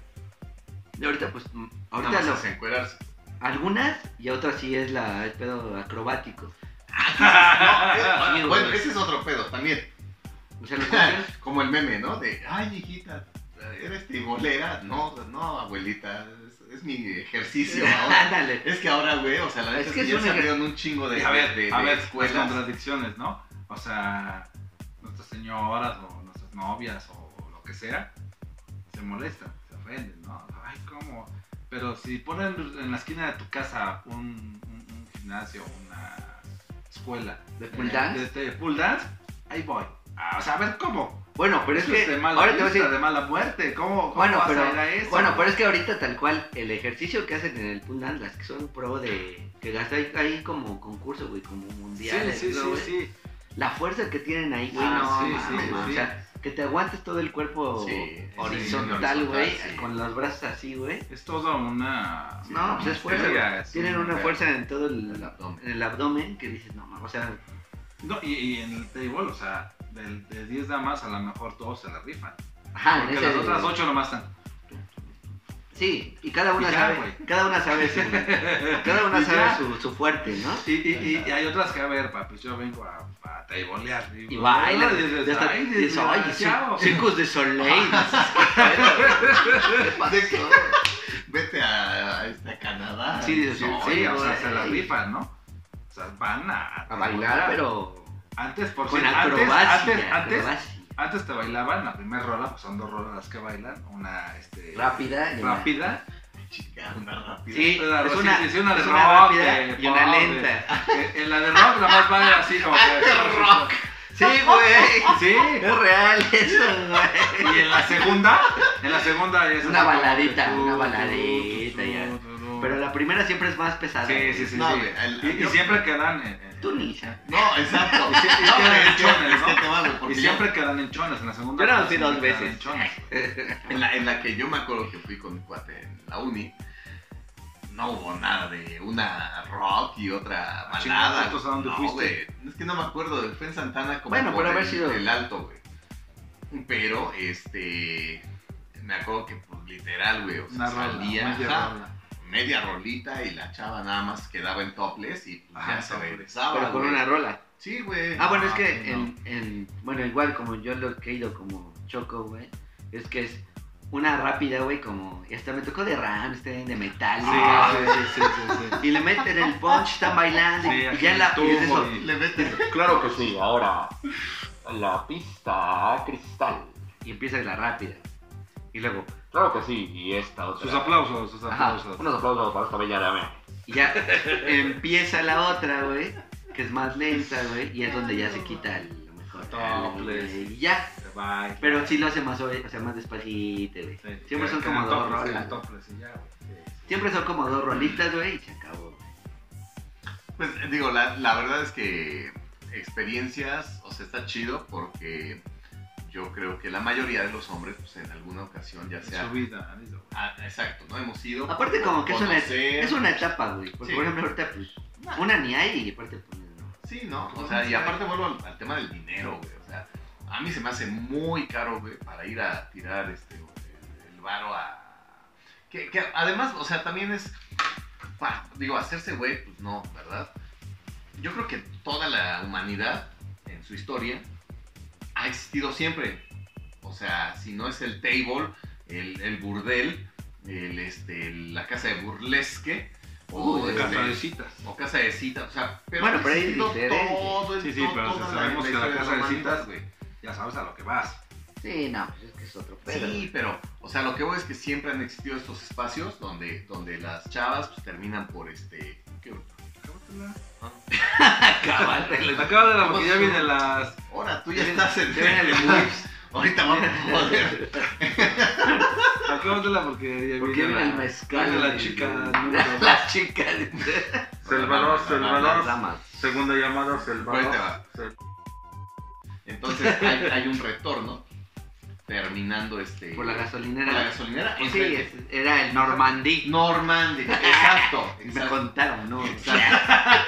Speaker 3: Y ahorita, pues, mm,
Speaker 1: Nada
Speaker 3: ahorita
Speaker 1: más
Speaker 3: no.
Speaker 1: es encuerarse.
Speaker 3: Algunas y a otras sí es la, el pedo acrobático.
Speaker 1: Ah,
Speaker 3: sí,
Speaker 1: bueno,
Speaker 3: güey.
Speaker 1: ese es otro pedo también.
Speaker 3: O sea, las canciones-
Speaker 1: Como el meme, ¿no? De, ay, hijita, ¿eres tibolera? No, no, abuelita, es, es mi ejercicio ahora.
Speaker 3: Ándale.
Speaker 1: Es que ahora, güey, o sea, la
Speaker 3: Es
Speaker 1: verdad es
Speaker 3: que
Speaker 1: que,
Speaker 3: es
Speaker 1: ya
Speaker 3: un
Speaker 1: se
Speaker 3: ejer-
Speaker 1: abrieron un chingo de,
Speaker 2: a ver,
Speaker 1: de, de
Speaker 2: a ver, las
Speaker 1: escuelas.
Speaker 2: contradicciones, ¿no? O sea, nuestras señoras o nuestras novias o lo que sea, se molestan, se ofenden, ¿no? Ay, ¿cómo? Pero si ponen en la esquina de tu casa un, un- un gimnasio, una escuela
Speaker 3: ¿De pole
Speaker 2: eh,
Speaker 3: dance?
Speaker 2: de- de pool dance, ahí voy. Ah, o sea, a ver, ¿cómo?
Speaker 3: Bueno, pero es
Speaker 2: Eso
Speaker 3: que.
Speaker 2: de mala
Speaker 3: Ahora te
Speaker 1: ¿eh?
Speaker 3: voy a
Speaker 2: vista,
Speaker 3: decir.
Speaker 2: de mala muerte, ¿cómo, cómo
Speaker 3: Bueno,
Speaker 2: vas
Speaker 3: pero-
Speaker 2: a ir a eso?
Speaker 3: Bueno, pero es que ahorita tal cual, el ejercicio que hacen en el pool dance, las que son pro de... Que las hay, hay como concurso, güey, como
Speaker 2: Sí,
Speaker 3: mundiales,
Speaker 2: sí,
Speaker 3: ¿no,
Speaker 2: sí,
Speaker 3: güey?
Speaker 2: sí.
Speaker 3: La fuerza que tienen ahí, güey,
Speaker 2: Ah,
Speaker 3: no
Speaker 2: sí,
Speaker 3: mames,
Speaker 2: sí,
Speaker 3: man,
Speaker 2: sí.
Speaker 3: O sea, que te aguantes todo el cuerpo
Speaker 1: Sí, sí,
Speaker 3: horizontal,
Speaker 1: horizontal,
Speaker 3: güey,
Speaker 1: sí.
Speaker 3: con los brazos así, güey.
Speaker 2: Es toda una...
Speaker 3: No, pues es fuerza,
Speaker 2: materia,
Speaker 3: güey.
Speaker 2: es
Speaker 3: Tienen una
Speaker 2: materia.
Speaker 3: fuerza en todo el,
Speaker 1: El abdomen.
Speaker 3: en el abdomen que dices, no, mames, o sea,
Speaker 2: No, y, y en el table, o sea, del- de 10 damas a lo mejor todos se la rifan.
Speaker 3: ajá, en
Speaker 2: Porque
Speaker 3: Ah, ese-
Speaker 2: las otras 8 nomás están.
Speaker 3: Sí, y cada una
Speaker 2: Y ya,
Speaker 3: sabe,
Speaker 2: güey.
Speaker 3: cada una sabe su, cada una
Speaker 2: Y ya.
Speaker 3: sabe su, su fuerte, ¿no?
Speaker 2: Y, y, y, y hay otras que, a ver, papi, yo vengo a, a tablear.
Speaker 3: Y baila,
Speaker 2: Y dices,
Speaker 3: ya está,
Speaker 2: "Ay,
Speaker 3: dices, "Ay, sí,
Speaker 2: desgraciado".
Speaker 3: Circus de Soleil.
Speaker 1: ¿Qué pasó? Vete a, a este, a Canadá.
Speaker 3: Sí, dices,
Speaker 2: No,
Speaker 3: Sí,
Speaker 2: oye, o sea,
Speaker 3: güey.
Speaker 2: se la rifan, ¿no? O sea, van a...
Speaker 3: A bailar, pero
Speaker 2: Antes, por
Speaker 3: con
Speaker 2: si- Pues antes,
Speaker 3: acrobacia.
Speaker 2: antes, antes,
Speaker 3: acrobacia.
Speaker 2: antes te bailaban la primera rola, pues son dos rolas las que bailan. Una, este...
Speaker 3: Rápida. y una-
Speaker 2: Rápida.
Speaker 1: Chica, una rápida.
Speaker 3: Sí,
Speaker 2: Una
Speaker 3: es
Speaker 2: rola,
Speaker 3: una,
Speaker 2: sí, sí, una de
Speaker 3: es
Speaker 2: rock,
Speaker 3: una rápida
Speaker 2: de
Speaker 3: y una
Speaker 2: pop, de-
Speaker 3: lenta.
Speaker 2: Eh, En la de rock nomás van así como
Speaker 3: Ah,
Speaker 2: que...
Speaker 1: rock.
Speaker 3: Sí, güey.
Speaker 2: Sí,
Speaker 3: Es real eso, güey.
Speaker 2: y en la segunda, en la segunda es
Speaker 3: Una
Speaker 2: así como
Speaker 3: baladita,
Speaker 2: que tú,
Speaker 3: una
Speaker 2: tú,
Speaker 3: baladita,
Speaker 2: tú,
Speaker 3: ya.
Speaker 2: tú, tú.
Speaker 3: Pero la primera siempre es más pesada.
Speaker 2: sí, sí, sí,
Speaker 1: No,
Speaker 2: sí.
Speaker 1: güey, el-
Speaker 2: Y- y,
Speaker 1: yo-
Speaker 2: siempre quedan en, en-
Speaker 3: Tú ni sabes.
Speaker 1: No, exacto.
Speaker 2: Y si- y
Speaker 1: No,
Speaker 2: quedan
Speaker 1: pero
Speaker 2: en
Speaker 1: es que-
Speaker 2: chones,
Speaker 1: es que
Speaker 2: ¿no?
Speaker 1: te va, güey, porque
Speaker 2: y siempre quedan en chones en la segunda.
Speaker 3: Yo no,
Speaker 2: pues,
Speaker 3: sí, dos
Speaker 2: siempre quedan
Speaker 3: veces.
Speaker 2: en chones.
Speaker 1: yo- en, la, en la que yo me acuerdo que fui con mi cuate en la uni, no hubo nada de una rock y otra
Speaker 2: Ah, chingada,
Speaker 1: balada.
Speaker 2: ¿entonces a dónde
Speaker 1: no,
Speaker 2: fuiste?
Speaker 1: güey, es que no me acuerdo, fue en Santana como
Speaker 3: Bueno,
Speaker 1: por
Speaker 3: pero haber
Speaker 1: el,
Speaker 3: sido-
Speaker 1: el alto, güey. Pero, este, me acuerdo que, pues, literal, güey, o sea,
Speaker 2: Una rola,
Speaker 1: salía,
Speaker 2: media
Speaker 1: ajá,
Speaker 2: rola.
Speaker 1: media rolita y la chava nada más quedaba en topless y pues,
Speaker 2: Ajá,
Speaker 1: ya se
Speaker 2: topless.
Speaker 1: regresaba.
Speaker 3: Ah, Pero con
Speaker 1: güey.
Speaker 3: una rola.
Speaker 1: Sí, güey.
Speaker 3: Ah, bueno, es que
Speaker 2: Ah, sí, no.
Speaker 3: en, en- Bueno, igual como yo lo que he ido como Choco, güey. Es que es una rápida, güey, como. y Hasta me tocó de Ramstein, de metal.
Speaker 2: Ah, Sí, sí, sí, sí, sí,
Speaker 3: Y le meten el punch, están bailando. y-
Speaker 2: Sí,
Speaker 3: y ya en la.
Speaker 2: aquí
Speaker 3: y es
Speaker 2: estuvo,
Speaker 3: eso.
Speaker 2: y-
Speaker 1: pues, Le meten
Speaker 4: Claro que sí, ahora la pista cristal.
Speaker 3: Y empieza la rápida. Y luego.
Speaker 4: Claro que sí, y esta otra.
Speaker 2: Sus aplausos, sus
Speaker 3: Ajá,
Speaker 2: aplausos.
Speaker 4: Unos aplausos para esta bella dama.
Speaker 3: y ya empieza la otra, güey. Que es más lenta, güey. Y es donde ya se quita el- a lo mejor.
Speaker 2: Topless.
Speaker 3: el- Y ya.
Speaker 2: Te baile.
Speaker 3: Pero sí lo hace más, ore- o sea, más despacito, güey.
Speaker 2: Sí, que-
Speaker 3: Siempre son
Speaker 2: que
Speaker 3: como
Speaker 2: eran
Speaker 3: dos
Speaker 2: toples,
Speaker 3: rolas.
Speaker 2: eran toples y ya, güey. Sí, sí.
Speaker 3: Siempre son como dos rolitas, güey, y se acabó. güey.
Speaker 1: Pues digo, la, la verdad es que experiencias, o sea, está chido porque yo creo que la mayoría de los hombres, pues en alguna ocasión, ya
Speaker 2: En
Speaker 1: sea.
Speaker 2: su vida, han ido, güey.
Speaker 1: Ah, exacto, ¿no? Hemos ido.
Speaker 3: Aparte como que es una,
Speaker 1: conocer.
Speaker 3: es una etapa, güey. Porque,
Speaker 1: Pues Sí.
Speaker 3: por ejemplo, ahorita, pues, una ni hay y aparte, pues, no.
Speaker 1: Sí, ¿no? O sea, y aparte vuelvo al, al tema del dinero, güey. O sea, a mí se me hace muy caro, güey, para ir a tirar este, el, el varo a... Que, que además, o sea, también es... pa, digo, hacerse güey, pues no, ¿verdad? Yo creo que toda la humanidad, en su historia, ha existido siempre. O sea, si no es el table, el, el burdel, el, este, la casa de burlesque, o
Speaker 3: Uy,
Speaker 1: este,
Speaker 2: Casa de citas.
Speaker 1: o casa de citas, o sea, pero
Speaker 3: Bueno,
Speaker 1: ha
Speaker 3: pero ahí es
Speaker 1: existido
Speaker 3: diferente.
Speaker 1: todo el-
Speaker 2: Sí, sí,
Speaker 1: todo-
Speaker 2: pero
Speaker 1: toda
Speaker 2: sabemos que la
Speaker 1: historia
Speaker 2: casa de
Speaker 1: humanidad,
Speaker 2: citas-
Speaker 1: güey.
Speaker 2: Ya sabes a lo que vas.
Speaker 3: Sí, no, pues es que es otro pedo.
Speaker 1: Sí, pero, o sea, lo que voy es que siempre han existido estos espacios donde, donde las chavas pues, terminan por este. ¿qué?
Speaker 2: Acábatela.
Speaker 3: Acabártelo.
Speaker 2: Acábatela
Speaker 1: ¿Cómo
Speaker 2: porque ya
Speaker 1: son?
Speaker 2: vienen las.
Speaker 1: Ahora tú ya estás en.
Speaker 3: Te ven el Moves,
Speaker 1: Ahorita vamos a joder.
Speaker 2: Acábatela porque ya
Speaker 3: porque
Speaker 2: viene
Speaker 3: viene el
Speaker 2: la-
Speaker 3: mezcal.
Speaker 2: viene la
Speaker 3: güey.
Speaker 2: chica número dos.
Speaker 3: La chica.
Speaker 2: Selvanos,
Speaker 3: Las
Speaker 2: Selvanos.
Speaker 3: damas.
Speaker 2: Segunda llamada,
Speaker 1: Ahí te va.
Speaker 2: Selvanos.
Speaker 1: Entonces hay, hay un retorno terminando este.
Speaker 3: Por la
Speaker 1: por la
Speaker 3: gasolinera. Pues
Speaker 1: gasolinera.
Speaker 3: Sí,
Speaker 1: enfrente.
Speaker 3: es- era el Normandí.
Speaker 1: Normandie. Exacto.
Speaker 3: Me
Speaker 1: exacto.
Speaker 3: contaron, ¿no?
Speaker 2: Eso ya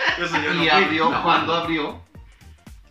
Speaker 2: no
Speaker 1: Y
Speaker 2: fui.
Speaker 1: abrió,
Speaker 3: No.
Speaker 1: cuando abrió,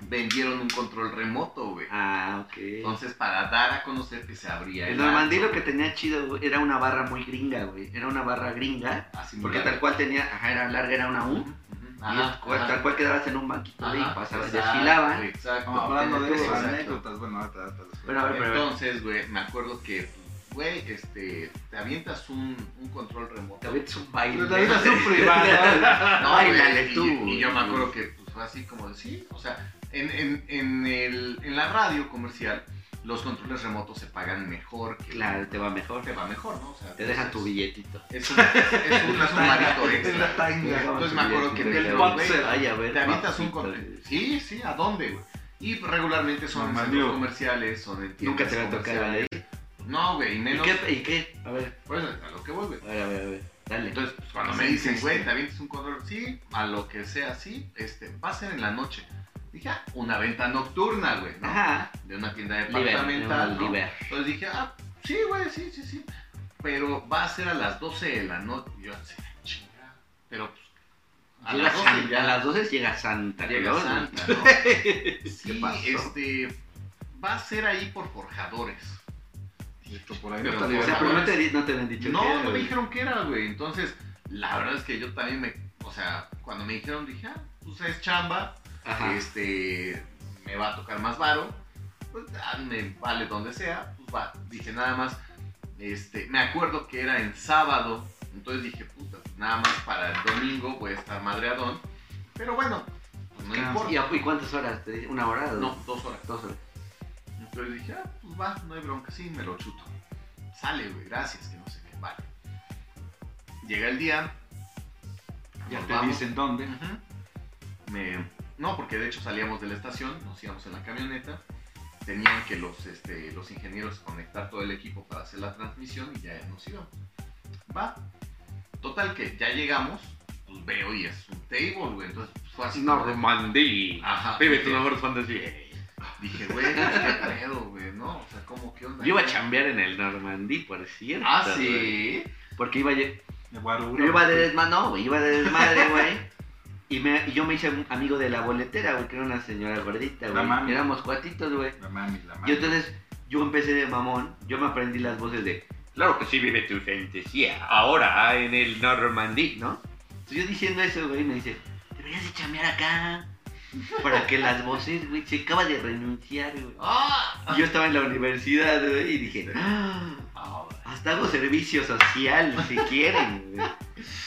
Speaker 1: vendieron un control remoto, güey.
Speaker 3: Ah, ok.
Speaker 1: Entonces, para dar a conocer que se abría
Speaker 3: El Normandí
Speaker 1: antro,
Speaker 3: lo que tenía chido güey, era una barra muy gringa, güey. Era una barra gringa.
Speaker 1: así muy
Speaker 3: Porque tal
Speaker 1: largo.
Speaker 3: cual tenía, ajá, era larga, era una U.
Speaker 1: Ujú.
Speaker 3: y
Speaker 1: Ajá,
Speaker 3: tal cual,
Speaker 1: ajá,
Speaker 3: tal cual quedabas en un banquito ahí
Speaker 1: ajá,
Speaker 3: y pasabas,
Speaker 1: exacto,
Speaker 3: desfilaban.
Speaker 1: Exacto.
Speaker 2: No, hablando de ¿eh?
Speaker 3: Todo,
Speaker 2: esas
Speaker 3: exacto.
Speaker 2: anécdotas, bueno, ahorita ahorita les
Speaker 3: Pero a ver, pero a ver.
Speaker 1: Entonces, güey, me acuerdo que, güey, este, te avientas un, un control remoto.
Speaker 3: Te avientas un baile.
Speaker 2: Pero te avientas un privado.
Speaker 1: No,
Speaker 3: Báilale
Speaker 1: güey, y-
Speaker 3: tú,
Speaker 1: Y, yo me
Speaker 3: güey.
Speaker 1: acuerdo que, pues, fue así como de, sí, o sea, en, en, en, el, en la radio comercial, los controles remotos se pagan mejor que...
Speaker 3: Claro, te va mejor.
Speaker 1: Te va mejor, ¿no? O sea,
Speaker 3: Te dejan tu
Speaker 1: entonces-
Speaker 3: billetito.
Speaker 1: Es un, es un, es un marito
Speaker 2: Es la
Speaker 1: extra.
Speaker 2: tanga.
Speaker 1: Entonces me acuerdo que te,
Speaker 2: Whatsapp,
Speaker 3: Ay, a ver.
Speaker 1: te avientas un
Speaker 3: papito,
Speaker 1: control.
Speaker 3: güey.
Speaker 1: Sí, sí, ¿a dónde, güey? Y regularmente son en
Speaker 2: Mamá
Speaker 1: centros
Speaker 2: mío.
Speaker 1: comerciales, son en tiendas
Speaker 3: Nunca te va a tocar ¿eh?
Speaker 1: comerciales.
Speaker 3: ahí.
Speaker 1: No, güey, y
Speaker 3: ¿Y
Speaker 1: menos.
Speaker 3: qué? ¿Y qué? A ver,
Speaker 1: Por eso, a lo que voy, güey.
Speaker 3: a ver, a ver, a ver. Dale.
Speaker 1: Entonces, pues, cuando me
Speaker 2: Sí,
Speaker 1: dicen,
Speaker 2: sí,
Speaker 1: güey,
Speaker 2: sí.
Speaker 1: te avientas un control, sí, a lo que sea, sí, este, va a ser en la noche. Dije, ah, una venta nocturna, güey, ¿no?
Speaker 3: Ajá.
Speaker 1: De una tienda
Speaker 3: Liber.
Speaker 1: departamental. ¿no?
Speaker 3: Liber.
Speaker 1: Entonces dije, ah, sí, güey, sí, sí, sí. Pero va a ser a las 12 de la noche. Y Yo así, "Ah, chinga. Pero pues, a
Speaker 3: Llega
Speaker 1: las 12
Speaker 3: San-
Speaker 1: ya
Speaker 3: a las 12 llega Santa
Speaker 1: llega
Speaker 3: Claus, güey.
Speaker 1: Santa, ¿no? Sí,
Speaker 3: pasó?
Speaker 1: este, va a ser ahí por forjadores.
Speaker 2: Esto por ahí
Speaker 1: Pero,
Speaker 2: está
Speaker 1: o
Speaker 3: O sea,
Speaker 2: liberado.
Speaker 3: pero no te, di- no te habían dicho
Speaker 1: No,
Speaker 3: que
Speaker 1: no me
Speaker 3: güey.
Speaker 1: dijeron qué era, güey. Entonces, la verdad es que yo también me, o sea, cuando me dijeron, dije, ah, pues es chamba,
Speaker 3: Ajá.
Speaker 1: este, me va a tocar más varo, pues ah, me vale donde sea, pues va. Dije nada más, este, me acuerdo que era en sábado, entonces dije, puta, pues, nada más para el domingo voy a estar madreadón, pero bueno, pues no
Speaker 2: Claro.
Speaker 1: importa.
Speaker 3: Ah, ¿Y, a- y cuántas horas? ¿Te di- ¿Una hora?
Speaker 1: No, dos horas.
Speaker 3: Dos horas.
Speaker 1: Entonces dije, ah, pues va, no hay bronca, sí, me lo chuto. Sale, güey, gracias, que no sé qué, vale. Llega el día.
Speaker 2: Ya
Speaker 1: nos
Speaker 2: te
Speaker 1: vamos.
Speaker 2: dicen dónde.
Speaker 1: Ujú. Me- No, porque de hecho salíamos de la estación, nos íbamos en la camioneta. Tenían que los, este, los ingenieros conectar todo el equipo para hacer la transmisión y ya nos íbamos. Va. Total que ya llegamos, pues veo y es un table, güey. Entonces pues, fue así. como de-
Speaker 4: Normandí.
Speaker 1: Ajá.
Speaker 4: Vive tu
Speaker 1: dije-
Speaker 4: mejor fantasía.
Speaker 1: Dije, güey, qué pedo, güey, ¿no? O sea, ¿cómo qué onda?
Speaker 3: Yo iba a chambear en el Normandí, por cierto.
Speaker 1: Ah,
Speaker 3: güey.
Speaker 1: sí.
Speaker 3: Porque iba, yo
Speaker 2: De Guarura.
Speaker 3: iba de desmadre, no, güey, iba de desmadre, güey. Y, me, y yo me hice amigo de la boletera, güey, que era una señora gordita,
Speaker 2: La
Speaker 3: güey.
Speaker 2: mami.
Speaker 3: Éramos cuatitos, güey.
Speaker 2: La mami, la
Speaker 3: Y
Speaker 2: mami.
Speaker 3: entonces yo empecé de mamón, yo me aprendí las voces de,
Speaker 4: Claro que sí, vive tu fantasía. Ahora en el Normandí.
Speaker 3: ¿no? Entonces yo diciendo eso, güey, me dice, deberías de chambear acá. Para que las voces, güey, se acaba de renunciar, güey.
Speaker 1: Ah,
Speaker 3: Y yo estaba en la universidad, güey, y dije, "Ah, hasta hago servicio social, si quieren, güey.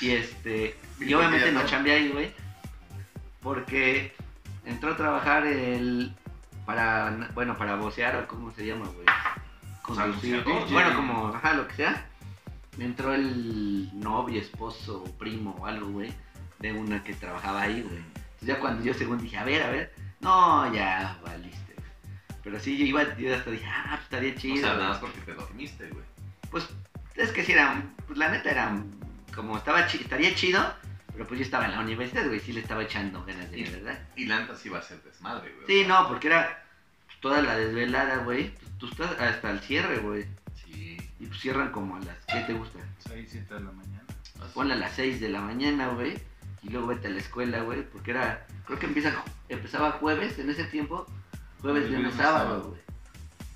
Speaker 3: Y este, y obviamente no chambeé ahí, güey, porque entró a trabajar el, para, bueno, para vocear, o cómo se llama, güey, conducir,
Speaker 2: anunciador,
Speaker 3: bueno,
Speaker 2: güey.
Speaker 3: como, ajá, lo que sea. Entró el novio, esposo, primo o algo, güey, de una que trabajaba ahí, güey. Entonces, ya cuando yo según dije, a ver, a ver, no, ya valiste. güey. Pero sí, yo iba, yo hasta dije, ah, pues estaría
Speaker 1: O
Speaker 3: chido.
Speaker 1: sea, nada más porque te dormiste, güey.
Speaker 3: Pues es que sí era, pues la neta era, como estaba chi- estaría chido, pero pues yo estaba en la universidad, güey, sí le estaba echando ganas de
Speaker 1: Sí.
Speaker 3: verdad.
Speaker 1: Y Lantas iba a ser desmadre, güey.
Speaker 3: Sí, no, porque era pues, toda la desvelada, güey, pues, tú estás hasta el cierre, güey,
Speaker 1: Sí.
Speaker 3: y pues cierran como a las, ¿qué te gusta?
Speaker 2: 6, 7 de la mañana.
Speaker 3: Ponla a las 6 de la mañana, güey, y luego vete a la escuela, güey, porque era, creo que empieza, empezaba jueves en ese tiempo, jueves,
Speaker 2: Jueves,
Speaker 3: viernes,
Speaker 2: viernes,
Speaker 3: sábado,
Speaker 2: sábado.
Speaker 3: güey.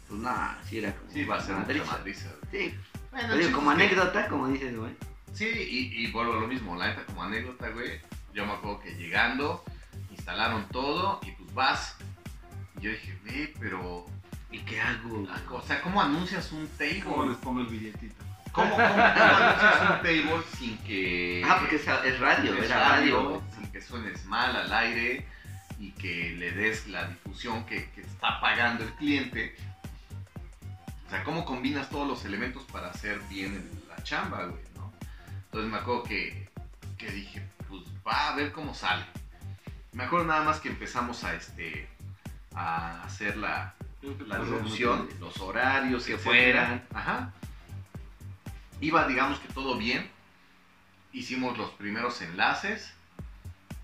Speaker 3: Pues nada, sí era como...
Speaker 1: Sí, iba a ser
Speaker 3: madriza.
Speaker 1: mucha madriza, güey.
Speaker 3: Sí,
Speaker 1: Bueno,
Speaker 3: te digo,
Speaker 1: chiste
Speaker 3: como
Speaker 1: es que-
Speaker 3: anécdota, como dices, güey.
Speaker 1: Sí, y, y vuelvo a lo mismo, la neta, como anécdota, güey. Yo me acuerdo que llegando, instalaron todo y pues vas. Y yo dije, güey, pero.
Speaker 3: ¿Y qué hago? güey?
Speaker 1: O sea, ¿cómo anuncias un table?
Speaker 2: ¿Cómo les
Speaker 1: ¿Cómo,
Speaker 2: pongo el billetito?
Speaker 1: cómo, cómo anuncias un table sin que.
Speaker 3: Ah, porque es, es radio,
Speaker 1: es
Speaker 3: era radio.
Speaker 1: radio,
Speaker 3: güey.
Speaker 1: sin que suenes mal al aire y que le des la difusión que, que está pagando el cliente. O sea, cómo combinas todos los elementos para hacer bien el- la chamba, güey, ¿no? Entonces me acuerdo que, que dije, pues va a ver cómo sale. Me acuerdo nada más que empezamos a este a hacer la, la
Speaker 3: Pues,
Speaker 1: difusión, los horarios,
Speaker 3: Que
Speaker 1: que
Speaker 3: fueran.
Speaker 1: fueran. Ajá. Iba, digamos que todo bien. Hicimos los primeros enlaces.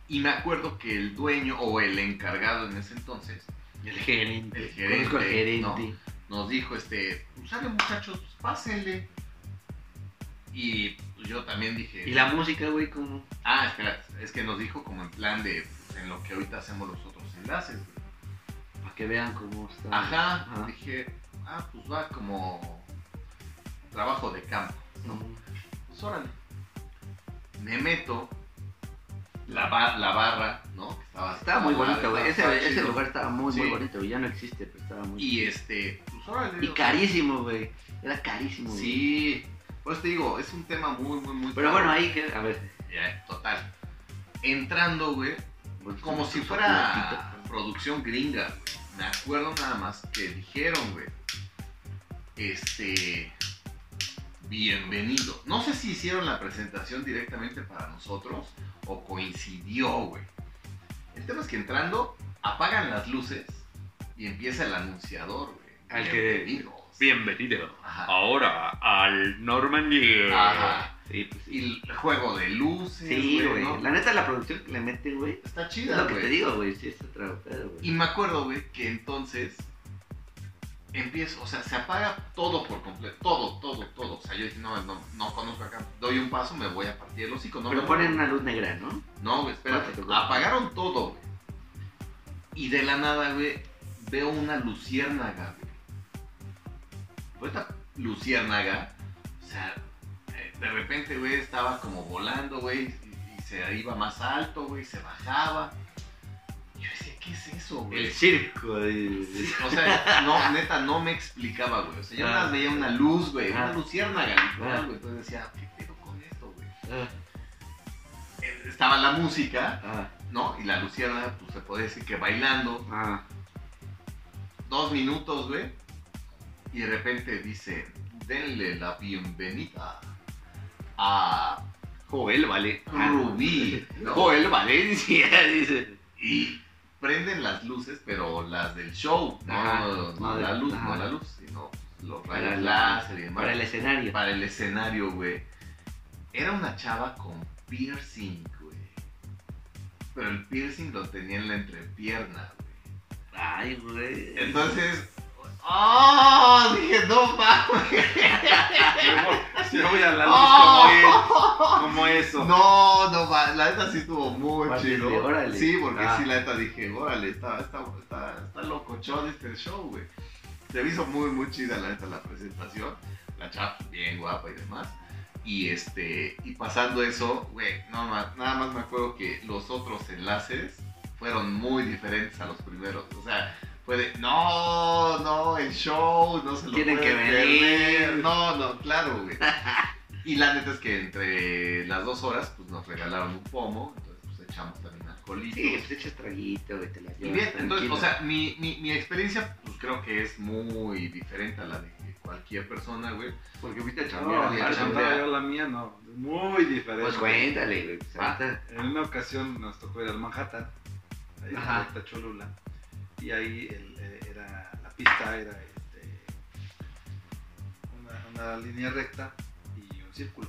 Speaker 1: Y me acuerdo que el dueño o el encargado en ese entonces
Speaker 3: El gerente.
Speaker 1: El gerente,
Speaker 3: Conozco al gerente.
Speaker 1: nos dijo, este, pues sale muchachos, pues, pásenle. Y pues, yo también dije,
Speaker 3: Y la música, güey, como.
Speaker 1: ah, espera, es que nos dijo como en plan de, pues, en lo que ahorita hacemos los otros enlaces. güey.
Speaker 3: Para que vean cómo está.
Speaker 1: Ajá,
Speaker 3: Ah, Ajá.
Speaker 1: dije, ah, pues va como trabajo de campo. ¿no?
Speaker 3: Ujú.
Speaker 1: Pues órale. Me meto la, ba- la barra, ¿no? Que estaba,
Speaker 3: Estaba muy bonito, güey.
Speaker 1: estaba
Speaker 3: Ese, ese
Speaker 1: chido.
Speaker 3: lugar estaba muy, muy
Speaker 1: Sí.
Speaker 3: bonito. güey. Ya no existe, pero estaba muy.
Speaker 1: Y este, pues órale.
Speaker 3: Y
Speaker 1: o sea,
Speaker 3: carísimo, güey. Era carísimo, güey.
Speaker 1: Sí, pues te digo, es un tema muy, muy, muy.
Speaker 3: Pero
Speaker 1: caro.
Speaker 3: bueno, ahí que. A ver.
Speaker 1: Ya, total. Entrando, güey,
Speaker 3: pues,
Speaker 1: como si fuera producción gringa, güey. Me acuerdo nada más que dijeron, güey. Este. Bienvenido. No sé si hicieron la presentación directamente para nosotros o coincidió, güey. El tema es que entrando, apagan las luces y empieza el anunciador, güey.
Speaker 3: Al que-
Speaker 1: Bienvenidos.
Speaker 4: Bienvenido
Speaker 1: Ajá.
Speaker 4: ahora al Normandy.
Speaker 1: Ajá.
Speaker 3: Sí, pues, sí.
Speaker 1: Y el juego de luces.
Speaker 3: Sí, güey.
Speaker 1: ¿no?
Speaker 3: La neta, la producción que le mete, güey.
Speaker 1: Está
Speaker 3: Es
Speaker 1: chida,
Speaker 3: lo que
Speaker 1: güey.
Speaker 3: te digo, güey. Sí, está trabajado,
Speaker 1: Y
Speaker 3: güey.
Speaker 1: me acuerdo, güey, que entonces empiezo, o sea, se apaga todo por completo, todo, todo, todo. O sea, yo dije, no, no, no conozco acá, doy un paso, me voy a partir el hocico. No,
Speaker 3: Pero
Speaker 1: me-
Speaker 3: ponen una luz negra, ¿no?
Speaker 1: No, güey,
Speaker 3: Ah, te
Speaker 1: espérate,
Speaker 3: tocó.
Speaker 1: apagaron todo, güey. Y de la nada, güey, veo una luciérnaga, güey. Pero Esta luciérnaga, o sea, eh, de repente, güey, estaba como volando, güey, y, y se iba más alto, güey, se bajaba. Yo decía, ¿qué es eso, güey?
Speaker 3: El circo. de-
Speaker 1: Sí, o sea, no, neta, no me explicaba, güey. O sea, yo
Speaker 3: Ah.
Speaker 1: nada más veía una luz, güey,
Speaker 3: Ah.
Speaker 1: una luciérnaga, literal,
Speaker 3: Ah.
Speaker 1: güey. Entonces decía, ¿qué pedo con esto, güey?
Speaker 3: Ah,
Speaker 1: Eh, Estaba la música,
Speaker 3: ah,
Speaker 1: ¿no? Y la luciérnaga, pues se puede decir que bailando.
Speaker 3: ah.
Speaker 1: Dos minutos, güey. Y de repente dice, denle la bienvenida a
Speaker 4: Joel, vale.
Speaker 1: Rubí, ¿no?
Speaker 4: Joel Valencia, dice.
Speaker 1: Y prenden las luces, pero las del show, no,
Speaker 3: Ajá.
Speaker 1: no,
Speaker 3: No,
Speaker 1: la
Speaker 3: de-
Speaker 1: luz,
Speaker 3: ajá.
Speaker 1: no la luz, sino los
Speaker 3: Para
Speaker 1: rayos
Speaker 3: la-
Speaker 1: láser y demás.
Speaker 3: Para el escenario.
Speaker 1: para el escenario, güey. Era una chava con piercing, güey. Pero el piercing lo tenía en la entrepierna, güey.
Speaker 3: Ay, güey.
Speaker 1: Entonces, ¡oh! Dije, no mames.
Speaker 2: Yo voy a la luz
Speaker 1: ¡Ah!
Speaker 2: ¡Oh! como, él, como eso.
Speaker 1: No, no mames. La neta sí estuvo muy
Speaker 3: Aparte
Speaker 1: chido.
Speaker 3: de órale.
Speaker 1: Sí, porque
Speaker 3: Ah.
Speaker 1: sí, la neta dije, órale, está, está, está, está locochón este show, güey. Se me hizo muy, muy chida, la neta, la presentación. La chava, bien guapa y demás. Y este, y pasando eso, güey, no ma- nada más me acuerdo que los otros enlaces fueron muy diferentes a los primeros. O sea, fue de, no, no, el show, no se lo
Speaker 3: Tienen que
Speaker 1: pueden
Speaker 3: venir".
Speaker 1: perder". No, no, claro, güey. Y la neta es que entre las dos horas, pues nos regalaron un pomo, entonces pues echamos también alcoholito.
Speaker 3: Sí, pues echas traguito, güey, te la
Speaker 1: Y
Speaker 3: llevas
Speaker 1: bien, entonces,
Speaker 3: tranquilo.
Speaker 1: o sea, mi, mi, mi experiencia, pues creo que es muy diferente a la de cualquier persona, güey.
Speaker 3: Porque fuiste a
Speaker 2: No,
Speaker 1: Mira,
Speaker 2: la
Speaker 3: chambear.
Speaker 1: mira,
Speaker 3: aparte.
Speaker 2: chamba
Speaker 1: mira.
Speaker 2: yo la mía no, muy diferente.
Speaker 3: Pues cuéntale, güey. pues,
Speaker 1: Ah.
Speaker 3: ahorita-
Speaker 2: En una ocasión nos tocó ir al Manhattan, ahí en
Speaker 3: Ajá.
Speaker 2: la Cholula, y ahí el- eh, era la pista era este, una, una línea recta y un círculo.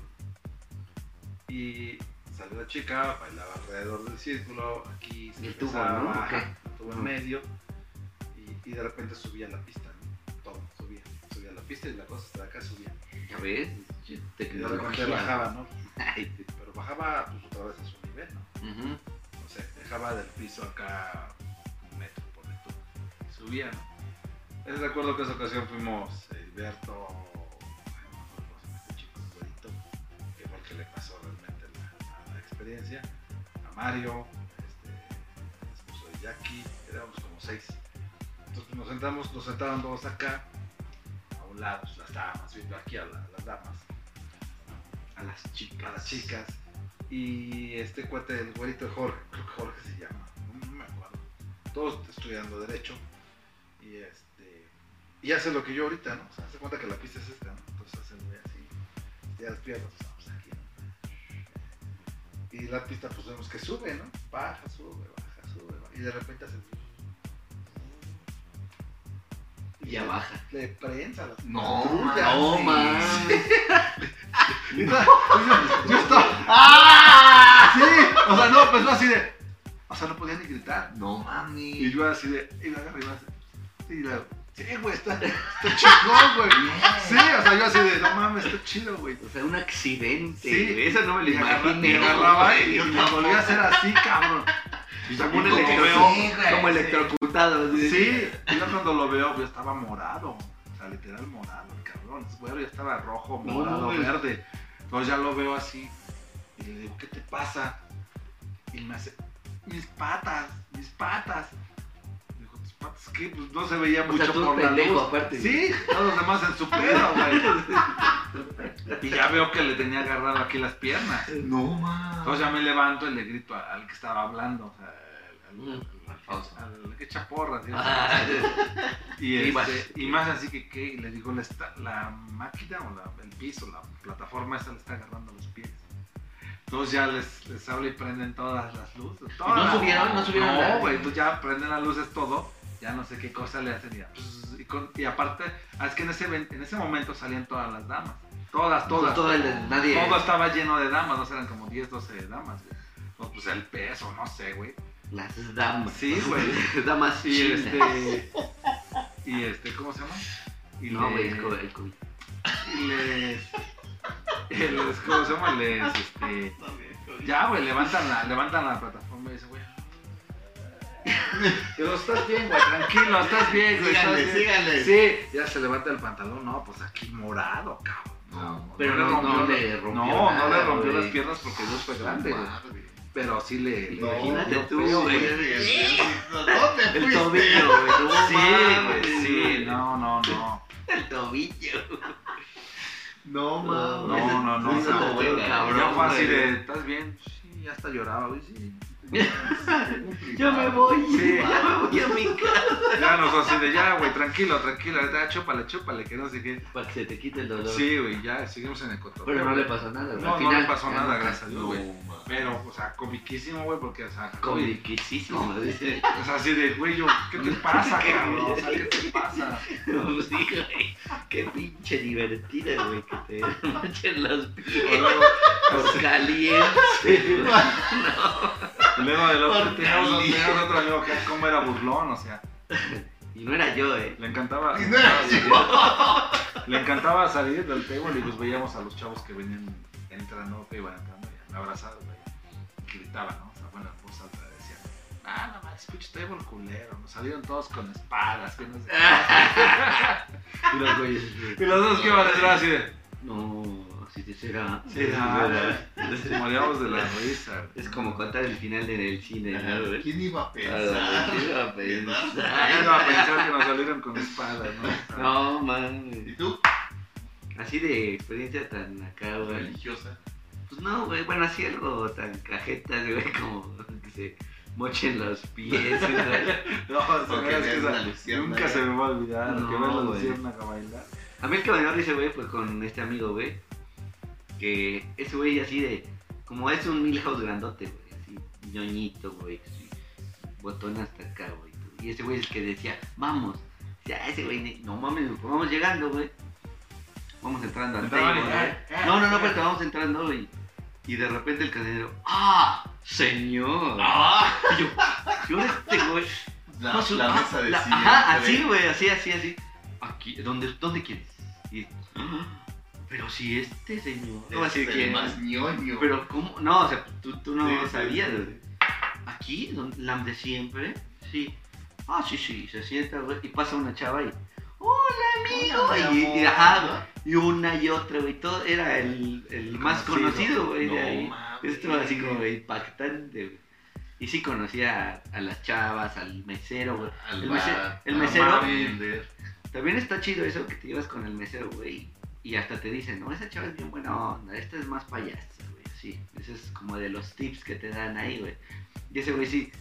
Speaker 2: Y salió la chica, bailaba alrededor del círculo, aquí se
Speaker 3: Y el tubo,
Speaker 2: empezaba,
Speaker 3: ¿no? ¿O
Speaker 2: ajá,
Speaker 3: qué?
Speaker 2: el tubo en
Speaker 3: Ujú.
Speaker 2: medio, y, y de repente subía la pista, ¿no? todo, subía, subía la pista y la cosa hasta acá subía.
Speaker 3: ¿Ya ves? Che,
Speaker 2: Y de repente
Speaker 3: Tecnología.
Speaker 2: bajaba, ¿no?
Speaker 3: Ay, te-
Speaker 2: Pero bajaba pues otra vez a su nivel, ¿no?
Speaker 3: ujú.
Speaker 2: O sea, dejaba del piso acá un metro, por metro, y subía, ¿no? Eh, Recuerdo que esa ocasión fuimos Hilberto, ay, no me acuerdo cómo se llama este chico, un güerito, que fue el que le pasó realmente la, la- la experiencia, a Mario, este, se puso de Jackie, éramos como seis. Entonces nos sentamos, nos sentaban todos acá, a un lado, pues, las damas, viendo aquí a la- las damas,
Speaker 3: A las chicas.
Speaker 2: a las chicas. Y este cuate, el güerito de Jorge, creo que Jorge se llama, no, no me acuerdo. Todos estudiando Derecho. Y este. Y hace lo que yo ahorita, ¿no? O sea, hace cuenta que la pista es esta, ¿no? Entonces hacen güey, así. Ya las piernas, pues, vamos aquí, ¿no? Y la pista, pues vemos que sube, ¿no? Baja, sube, baja, sube, baja. Y de repente hace.
Speaker 3: Y ya baja.
Speaker 2: Le prensa las
Speaker 1: No,
Speaker 2: patillas,
Speaker 3: No
Speaker 2: sí.
Speaker 3: mames.
Speaker 2: Y nada, yo- yo estaba.
Speaker 3: ¡Ah!
Speaker 2: Sí, o sea, no, pues no así de. O sea, no podía ni gritar.
Speaker 1: No
Speaker 2: Y
Speaker 1: mames.
Speaker 2: yo así de. Y la agarré y la Sí, y la- Sí, güey, está, está chingón, güey. Sí, o sea, yo así de. No mames, está chido, güey.
Speaker 3: O sea, un accidente.
Speaker 2: Sí.
Speaker 3: güey. Eso no me lo
Speaker 2: Y agarra-
Speaker 3: imaginé.
Speaker 2: y agarraba
Speaker 3: güey.
Speaker 2: y yo la volví a hacer así, cabrón. Y
Speaker 3: Como un
Speaker 2: cuando lo
Speaker 3: electro-
Speaker 2: veo-
Speaker 1: Sí, güey,
Speaker 3: Como electrocutado. así de-
Speaker 2: Sí, y yo cuando lo veo, yo estaba morado. O sea, literal morado, el cabrón. Es güero, ya estaba rojo,
Speaker 3: No,
Speaker 2: morado,
Speaker 3: güey.
Speaker 2: verde. Entonces ya lo veo así. Y le digo, ¿qué te pasa? Y me hace, mis patas, mis patas. Dijo, ¿tus patas qué? Pues no se veía
Speaker 3: O sea,
Speaker 2: mucho
Speaker 3: tú
Speaker 2: por la
Speaker 3: pendejo,
Speaker 2: luz.
Speaker 3: aparte.
Speaker 2: Sí, todos los demás en su pedo, güey. Y ya veo que le tenía agarrado aquí las piernas.
Speaker 1: No mames.
Speaker 2: Entonces ya me levanto y le grito a- al que estaba hablando, o sea, al, al- al-
Speaker 1: Alfonso.
Speaker 2: al- al que chaporra, ¿sí?
Speaker 3: Ah,
Speaker 2: y,
Speaker 3: Y
Speaker 2: este,
Speaker 3: vas.
Speaker 2: y más así que, ¿qué? Y le digo, la, esta- la máquina o la- el piso, la plataforma esa le está agarrando los pies. Entonces ya les, les hablo y prenden todas las luces. todas
Speaker 3: ¿No
Speaker 2: las-
Speaker 3: subieron? ¿No subieron? la-
Speaker 2: No, güey, entonces ya prenden las luces todo, ya no sé qué cosa le hacen. Y, ya, pss, y, con- y aparte, ah, es que en ese, ven- en ese momento salían todas las damas. Todas, todas.
Speaker 3: Pues Todo el- nadie.
Speaker 2: Todo estaba lleno de damas, no eran como 10, 12 damas, güey. No, pues el peso, no sé, güey.
Speaker 3: Las damas.
Speaker 2: Sí, güey.
Speaker 3: Las damas
Speaker 2: Y
Speaker 3: chinas.
Speaker 2: este. Y este, ¿cómo se llama? Y
Speaker 3: No,
Speaker 2: le-
Speaker 3: güey, el co- el COVID.
Speaker 2: Y les. y les- ¿Cómo se llama? Les, este. Ya, güey, levantan la, levantan la plataforma y dicen, güey. Pero estás bien, güey, tranquilo, estás bien, güey. estás
Speaker 1: Síganle,
Speaker 2: bien".
Speaker 1: síganle.
Speaker 2: Sí, ya se levanta el pantalón, no, pues aquí morado, cabrón.
Speaker 1: No.
Speaker 3: Pero
Speaker 2: le
Speaker 3: no- no
Speaker 2: rompió-
Speaker 3: le rompió
Speaker 2: No, no le
Speaker 3: nada,
Speaker 2: rompió
Speaker 3: güey.
Speaker 2: las piernas porque Dios fue grande, güey. Pero sí le. le
Speaker 1: No,
Speaker 3: Imagínate
Speaker 2: rompió
Speaker 3: tú,
Speaker 2: feo,
Speaker 3: güey.
Speaker 1: ¿Dónde
Speaker 3: El
Speaker 1: fuiste?
Speaker 3: tobillo, güey. No
Speaker 2: Sí,
Speaker 3: mames,
Speaker 2: güey, sí, no, no, no.
Speaker 3: El tobillo.
Speaker 1: No
Speaker 3: No,
Speaker 1: mames.
Speaker 2: No, no, no.
Speaker 1: Eso
Speaker 2: no,
Speaker 1: está bueno,
Speaker 2: no,
Speaker 3: cabrón,
Speaker 2: ya fue así
Speaker 3: güey.
Speaker 2: de, ¿estás bien? Sí, ya hasta lloraba, güey, sí.
Speaker 3: Yo me voy.
Speaker 2: Sí.
Speaker 3: Ya me voy a mi casa.
Speaker 2: Ya nos fue así de, ya, güey, tranquilo, tranquilo, ya, chúpale, chúpale, que no sé qué.
Speaker 3: Para que Pues, se te quite el dolor.
Speaker 2: Sí, güey, ya, seguimos en el cotorreo.
Speaker 3: Pero no
Speaker 2: güey.
Speaker 3: le pasó nada, güey.
Speaker 2: No,
Speaker 3: Al
Speaker 2: no
Speaker 3: final,
Speaker 2: le pasó
Speaker 3: ya
Speaker 2: nada,
Speaker 3: no-
Speaker 2: gracias a Dios,
Speaker 1: No,
Speaker 2: güey.
Speaker 1: mames.
Speaker 2: Pero, o sea, comiquísimo, güey, porque, o sea, güey,
Speaker 3: Comiquísimo, güey. Sí,
Speaker 2: o sea, así de, güey, yo, ¿qué te pasa, cabrón? O sea, ¿qué te pasa?
Speaker 3: güey. Qué pinche divertida, güey, que te manchen las pies. Por caliente. güey.
Speaker 2: Luego del otro,
Speaker 3: Por
Speaker 2: teníamos,
Speaker 3: caliente.
Speaker 2: teníamos otro amigo que como era burlón, o sea,
Speaker 3: Y no era yo, eh.
Speaker 2: Le encantaba.
Speaker 1: Y no era
Speaker 2: le encantaba salir del table y pues veíamos a los chavos que venían entrando, que iban entrando y me abrazaban, güey. Y gritaban, ¿no? O sea, bueno, en voz alta decían, ah, no mames, pinche table culero. Nos salieron todos con espadas, que no sé qué". y los güeyes. Y los dos que iban a entrar así de.
Speaker 3: No, así te será.
Speaker 2: Sí, ah, Nos moríamos de la risa. güey.
Speaker 3: Es como contar el final del el cine, ¿no, güey?
Speaker 1: ¿Quién iba a
Speaker 3: Ah,
Speaker 1: pensar?
Speaker 3: güey, ¿qué iba a pensar?
Speaker 2: Yo iba a pensar que nos salieron con espadas, ¿no? O sea,
Speaker 3: No,
Speaker 1: ¿Y
Speaker 3: man.
Speaker 1: tú?
Speaker 3: Así de experiencia tan acá, güey.
Speaker 1: Religiosa.
Speaker 3: Pues no, güey, bueno, así algo tan cajetas, güey, como que se mochen los pies, güey.
Speaker 2: No, o sea,
Speaker 1: Porque
Speaker 2: es que
Speaker 1: veas
Speaker 2: esa-
Speaker 1: la luciérnaga.
Speaker 2: nunca se me va a olvidar que
Speaker 3: No,
Speaker 2: ver la
Speaker 3: güey.
Speaker 2: luciérnaga bailar.
Speaker 3: A mí el que me dio risa, güey, fue con este amigo, güey. Que ese güey así de. Como es un Milhouse grandote, güey. Así, ñoñito, güey. así, Botón hasta acá, güey. Y ese güey es el que decía, vamos. decía, Ya, ese güey, ni- no mames, pues vamos llegando, güey. Vamos entrando al
Speaker 2: Entraba
Speaker 3: table,
Speaker 2: y-
Speaker 3: güey.
Speaker 2: eh, eh,
Speaker 3: No, no, pues, no,
Speaker 2: eh.
Speaker 3: pero vamos entrando y, y de repente el cadenero, ¡ah! Señor.
Speaker 1: ¡Ah!
Speaker 3: Y yo, yo este güey.
Speaker 1: La,
Speaker 3: no, su-
Speaker 1: la
Speaker 3: ah,
Speaker 1: mesa de
Speaker 3: la-
Speaker 1: siempre.
Speaker 3: Ajá, así, güey, así, así, así. Aquí, ¿dónde, dónde quieres? Y, "Ah, pero si este señor. No,
Speaker 1: Es
Speaker 3: así
Speaker 1: el más ñoño.
Speaker 3: Pero cómo, no, o sea, tú, tú no
Speaker 1: Sí, sí,
Speaker 3: sabías.
Speaker 1: sí,
Speaker 3: güey. Aquí, don- la de siempre, sí. Ah, sí, sí, se sienta, güey, y pasa una chava y, hola
Speaker 1: Hola,
Speaker 3: amigo,
Speaker 1: mi
Speaker 3: y, y,
Speaker 1: amor.
Speaker 3: ajá, y una y otra, güey, todo era el, el más conocido, güey, de ahí.
Speaker 1: mames.
Speaker 3: Esto así como güey, impactante, güey. Y sí conocía a, a las chavas, al mesero, güey.
Speaker 1: Al
Speaker 3: el
Speaker 1: bar,
Speaker 3: mese- el
Speaker 1: al
Speaker 3: mesero.
Speaker 1: bartender.
Speaker 3: También está chido eso que te llevas con el mesero, güey. Y hasta te dicen, no, esa chava es bien buena onda, esta es más payasa, güey. Sí, ese es como de los tips que te dan ahí, güey. Y ese güey sí,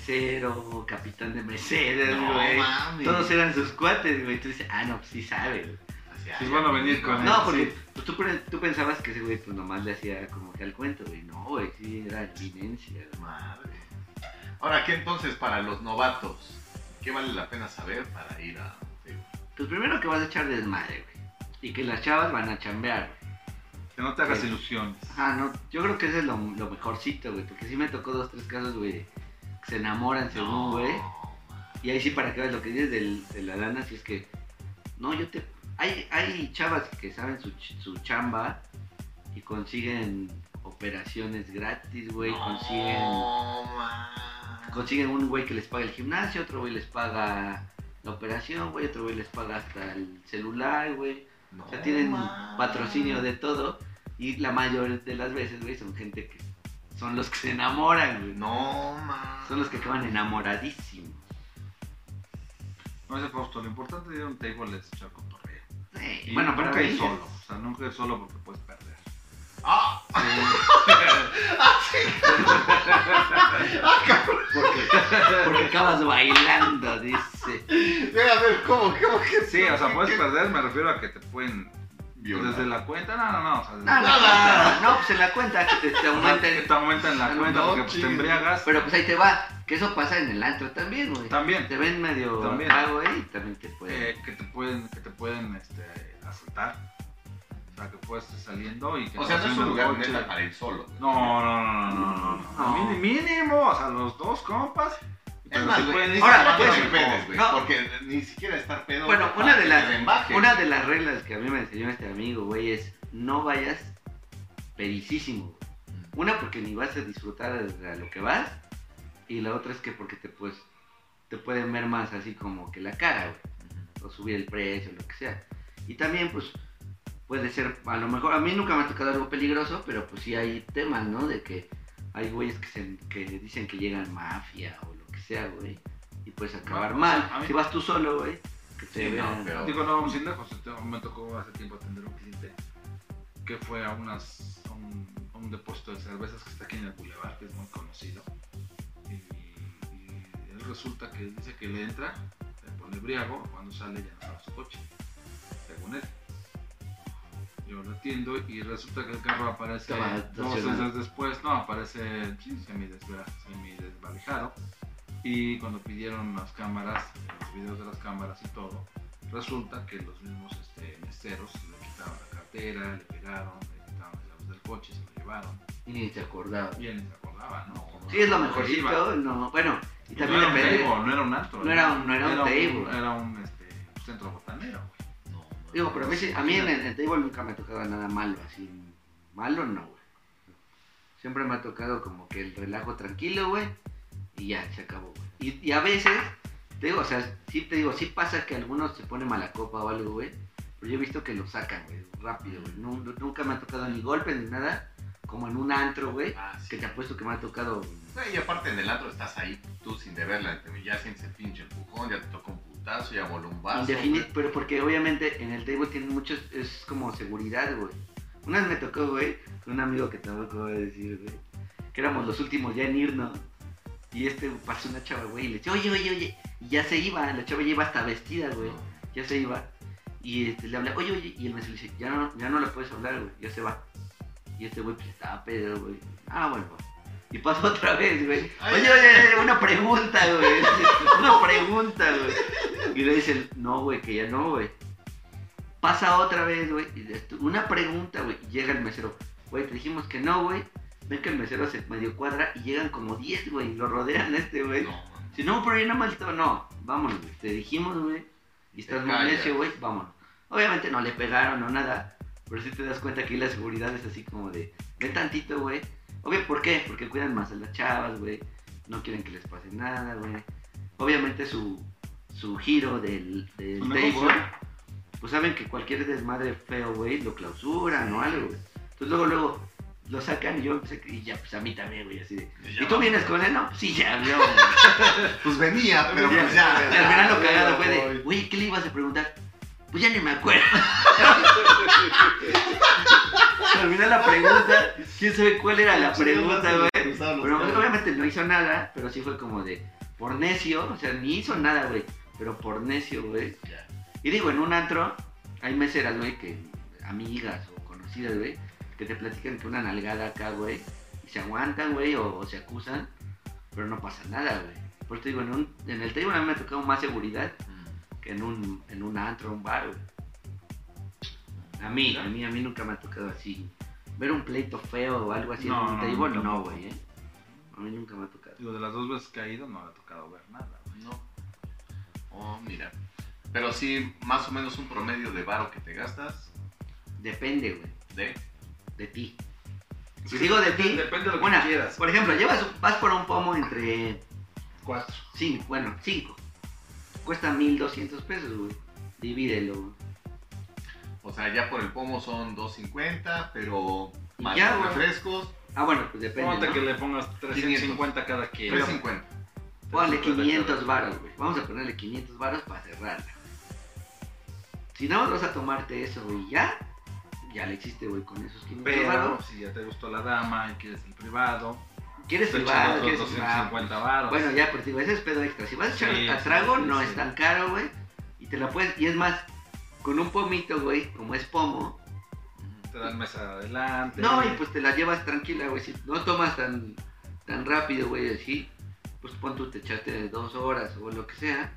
Speaker 3: mesero, capitán de meseros,
Speaker 1: No
Speaker 3: güey.
Speaker 1: mames.
Speaker 3: Todos eran sus cuates, güey. Tú dices, ah, no, pues sí sabe, güey.
Speaker 1: Así,
Speaker 2: Sí,
Speaker 1: ay,
Speaker 2: Pues van a venir
Speaker 1: Ah,
Speaker 2: con
Speaker 3: No,
Speaker 2: él,
Speaker 3: porque
Speaker 2: sí.
Speaker 3: pues, tú, pre- tú pensabas que ese güey pues nomás le hacía como que al cuento, güey. No, güey, sí, era eminencia, güey.
Speaker 1: Madre. Ahora, ¿qué entonces para los novatos? ¿Qué vale la pena saber para ir a un table?
Speaker 3: Pues primero que vas a echar desmadre, güey. Y que las chavas van a chambear, güey.
Speaker 2: Que no te hagas
Speaker 3: Sí.
Speaker 2: ilusiones.
Speaker 3: Ajá, no, yo creo que ese es lo, lo mejorcito, güey, porque sí me tocó dos, tres casos, güey, de que se enamoran según, güey, y ahí sí para que veas lo que dices del- de la lana, si es que, no, yo te, hay, hay chavas que saben su, ch- su chamba y consiguen operaciones gratis, güey, consiguen,
Speaker 1: No, mames.
Speaker 3: consiguen un güey que les paga el gimnasio, otro güey les paga la operación, güey, otro güey les paga hasta el celular, güey,
Speaker 1: No,
Speaker 3: o sea, tienen
Speaker 1: mames.
Speaker 3: patrocinio de todo y la mayor de las veces, güey, son gente que son los que se enamoran, güey.
Speaker 1: No, mames.
Speaker 3: Son los que acaban enamoradísimos.
Speaker 2: No es el costo. Lo importante de ir a un table es echar cotorreo.
Speaker 3: Sí,
Speaker 2: Y
Speaker 3: bueno, para
Speaker 2: nunca ir
Speaker 3: mí
Speaker 2: solo. O sea, nunca ir solo porque puedes perder.
Speaker 1: ¡Ah!
Speaker 3: Porque, porque acabas bailando, dice.
Speaker 1: Deja ver, ¿cómo? ¿Cómo que
Speaker 2: Sí, o sea, puedes perder, me refiero a que te pueden.
Speaker 1: Violar.
Speaker 2: Desde la cuenta, no, no, no. O sea, desde-
Speaker 3: No, no, no, no, pues en la cuenta que te, te aumenta
Speaker 2: que
Speaker 3: el-
Speaker 2: te aumentan la
Speaker 3: No,
Speaker 2: cuenta porque pues, te
Speaker 1: chingues.
Speaker 2: embriagas.
Speaker 3: Pero pues ahí te va. Que eso pasa en el antro también, güey.
Speaker 2: También.
Speaker 3: Te ven medio
Speaker 2: También.
Speaker 3: acá, güey, y también te puede.
Speaker 2: eh, que te pueden, que te pueden este, asaltar. O sea, que puedes estar saliendo y que
Speaker 1: O sea, no es
Speaker 2: estacionen
Speaker 1: un
Speaker 2: el
Speaker 1: lugar
Speaker 2: coche.
Speaker 1: neta para ir solo. güey.
Speaker 2: No, no, no, no, no, no.
Speaker 3: No.
Speaker 2: Mini- Mínimo, o sea, los dos compas.
Speaker 1: Es
Speaker 2: pero
Speaker 1: más,
Speaker 2: sí
Speaker 1: güey,
Speaker 2: pueden ir
Speaker 3: ahora,
Speaker 1: no
Speaker 2: saliendo
Speaker 1: te
Speaker 3: pues,
Speaker 2: de-
Speaker 1: pedes, güey,
Speaker 3: no.
Speaker 1: porque ni siquiera estar pedo.
Speaker 3: Bueno,
Speaker 1: güey,
Speaker 3: una
Speaker 1: para
Speaker 3: de
Speaker 1: que
Speaker 3: las-
Speaker 1: te embajes.
Speaker 3: Una de las reglas que a mí me enseñó este amigo, güey, es no vayas pericísimo, güey. Una porque ni vas a disfrutar de a lo que vas. Y la otra es que porque te pues te pueden ver más así como que la cara, güey. O subir el precio, lo que sea. Y también pues puede ser, a lo mejor, a mí nunca me ha tocado algo peligroso, pero pues sí hay temas, ¿no? De que hay güeyes que, se- que dicen que llegan mafia o lo que sea, güey. Y puedes acabar
Speaker 2: Bueno, o
Speaker 3: mal.
Speaker 2: sea, a mí-
Speaker 3: Si vas tú solo, güey, que te
Speaker 1: Sí, no,
Speaker 3: vean.
Speaker 1: pero-
Speaker 2: Digo, no, sin lejos, este, me tocó hace tiempo atender a un cliente que fue a, unas, a un, a un depósito de cervezas que está aquí en el Boulevard, que es muy conocido. Y, y él resulta que dice que le entra, le pone briago, cuando sale ya no estaba su coche, según él. Yo lo atiendo y resulta que el carro aparece
Speaker 3: Estaba
Speaker 2: dos
Speaker 3: estacionado.
Speaker 2: meses después, no, aparece sí, semidesvera- semidesvalijado. Y cuando pidieron las cámaras, los videos de las cámaras y todo, resulta que los mismos este, meseros le quitaron la cartera, le pegaron, le quitaron las llaves del coche, se lo llevaron.
Speaker 3: Y ni te acordabas.
Speaker 2: Y él ni se acordaba, ¿no?
Speaker 3: Sí, es lo
Speaker 2: Iba.
Speaker 3: mejorcito, no, bueno, y
Speaker 2: No
Speaker 3: también
Speaker 2: era un
Speaker 3: depende-
Speaker 2: table, no era un antro.
Speaker 3: No era un- no era un table.
Speaker 2: Era un este, centro botanero, güey.
Speaker 1: No, no,
Speaker 3: Digo, pero a mí, sí- a mí en el en table nunca me ha tocado nada malo, así, malo no, güey. Siempre me ha tocado como que el relajo tranquilo, güey, y ya, se acabó, güey. Y, y a veces, te digo, o sea, sí te digo, sí pasa que algunos se ponen mala copa o algo, güey, pero yo he visto que lo sacan, güey, rápido, güey. Nu- nu- nunca me ha tocado ni golpes ni nada, como en un antro, güey,
Speaker 1: Ah, sí.
Speaker 3: que te apuesto que me ha tocado
Speaker 1: No, Y aparte en el antro estás ahí tú sin deberla, ya sientes el pinche empujón, ya te tocó un putazo, ya voló un vaso.
Speaker 3: Indefinit- pero porque obviamente en el table tienen muchos, es como seguridad, güey. Una vez me tocó, güey, con un amigo que tampoco voy a decir, güey, que éramos los últimos ya en irnos. Y este pasó una chava, güey, y le dice, oye, oye, oye. Y ya se iba, la chava ya iba hasta vestida, güey,
Speaker 1: güey.
Speaker 3: ya se iba. Y este, le habla, oye, oye, y el mesero le dice, ya no, ya no le puedes hablar, güey, ya se va. Y este güey, pues estaba pedo, güey. Ah, bueno, güey. Y pasó otra vez, güey.
Speaker 1: Ay.
Speaker 3: Oye, oye, oye, una pregunta, güey. Una pregunta, güey. Y le dicen, no, güey, que ya no, güey. Pasa otra vez, güey. y de- Una pregunta, güey. Y llega el mesero. Güey, te dijimos que no, güey. Ven que el mesero se medio cuadra y llegan como 10, güey. Y lo rodean a este, güey.
Speaker 1: No, mames.
Speaker 3: Si no, pero yo nada más estaba, no, vámonos, güey. Te dijimos, güey. Y estás
Speaker 1: Te
Speaker 3: muy
Speaker 1: callas.
Speaker 3: necio, güey, vámonos. Obviamente no le pegaron o nada. Pero sí te das cuenta que ahí la seguridad es así como de, ve tantito, güey. Obvio, ¿por qué? Porque cuidan más a las chavas, güey. No quieren que les pase nada, güey. Obviamente su, su giro del, del
Speaker 2: Una
Speaker 3: béisbol,
Speaker 2: jugada.
Speaker 3: pues saben que cualquier desmadre feo, güey, lo clausuran o algo, güey. Entonces luego, luego lo sacan y yo empecé, y ya, pues a mí también, güey, así de.
Speaker 1: Ya
Speaker 3: ¿Y tú
Speaker 1: va.
Speaker 3: vienes con él? No, pues sí, ya, yo, güey.
Speaker 2: Pues venía, pero
Speaker 3: Ya,
Speaker 2: pues ya.
Speaker 3: Y al final lo
Speaker 2: ya
Speaker 3: cagado
Speaker 2: me
Speaker 3: fue de,
Speaker 2: voy.
Speaker 3: güey, ¿qué le ibas a preguntar? Pues ya ni me acuerdo. al final la pregunta, quién sabe cuál era la pregunta, güey. Pero pues, obviamente no hizo nada, pero sí fue como de, por necio, o sea, ni hizo nada, güey, pero por necio, güey.
Speaker 1: Ya.
Speaker 3: Y digo, en un antro hay meseras, güey, que amigas o conocidas, güey, que te platican que una nalgada acá, güey, y se aguantan, güey, o, o se acusan, pero no pasa nada, güey. Por eso te digo, en, un, en el table a mí me ha tocado más seguridad
Speaker 1: Mm.
Speaker 3: que en un, en un antro, un bar, güey. A mí, a mí, a mí nunca me ha tocado así. Ver un pleito feo o algo así
Speaker 2: No,
Speaker 3: en un
Speaker 2: no,
Speaker 3: table,
Speaker 2: no,
Speaker 3: no,
Speaker 2: tampoco.
Speaker 3: güey, ¿eh? A mí nunca me ha tocado.
Speaker 2: Digo, de las dos veces que he ido no me ha tocado ver nada.
Speaker 1: No. Oh, mira. Pero sí, más o menos un promedio de varo que te gastas
Speaker 3: Depende, güey,
Speaker 1: de...
Speaker 3: de ti. Si digo de ti,
Speaker 2: Depende de lo que
Speaker 3: Una,
Speaker 2: quieras.
Speaker 3: por ejemplo, llevas, vas por un pomo entre
Speaker 2: Cuatro.
Speaker 3: 5, bueno, 5. Cuesta 1200 pesos, güey. Divídelo. güey.
Speaker 1: O sea, ya por el pomo son 2.50, pero
Speaker 3: Y
Speaker 1: más
Speaker 3: ya,
Speaker 1: los
Speaker 3: güey.
Speaker 1: refrescos,
Speaker 3: Ah, bueno, pues depende.
Speaker 2: Ponte
Speaker 3: ¿no?
Speaker 2: que le pongas 350 cada quien.
Speaker 1: 3.50.
Speaker 3: Ponle 500 varos, güey. Vamos a ponerle 500 varos para cerrarla. Si no vas a tomarte eso, güey, ya. Ya le hiciste, güey, con esos 500
Speaker 2: Pero
Speaker 3: varos.
Speaker 2: si ya te gustó la dama y quieres el privado,
Speaker 3: ¿Quieres
Speaker 2: te
Speaker 3: el
Speaker 2: echas
Speaker 3: varo?
Speaker 2: otros
Speaker 3: ¿Quieres el varo?
Speaker 2: 250 varos.
Speaker 3: Bueno, ya, pero te digo, ese es pedo extra. Si vas a echar
Speaker 2: Sí,
Speaker 3: a
Speaker 2: sí,
Speaker 3: trago,
Speaker 2: sí,
Speaker 3: no
Speaker 2: sí.
Speaker 3: es tan caro, güey. Y te la puedes. Y es más, con un pomito, güey, como es pomo,
Speaker 2: Te dan mesa adelante.
Speaker 3: No, y pues te la llevas tranquila, güey. Si no tomas tan, tan rápido, güey, así, pues pon tú, te echaste dos horas o lo que sea,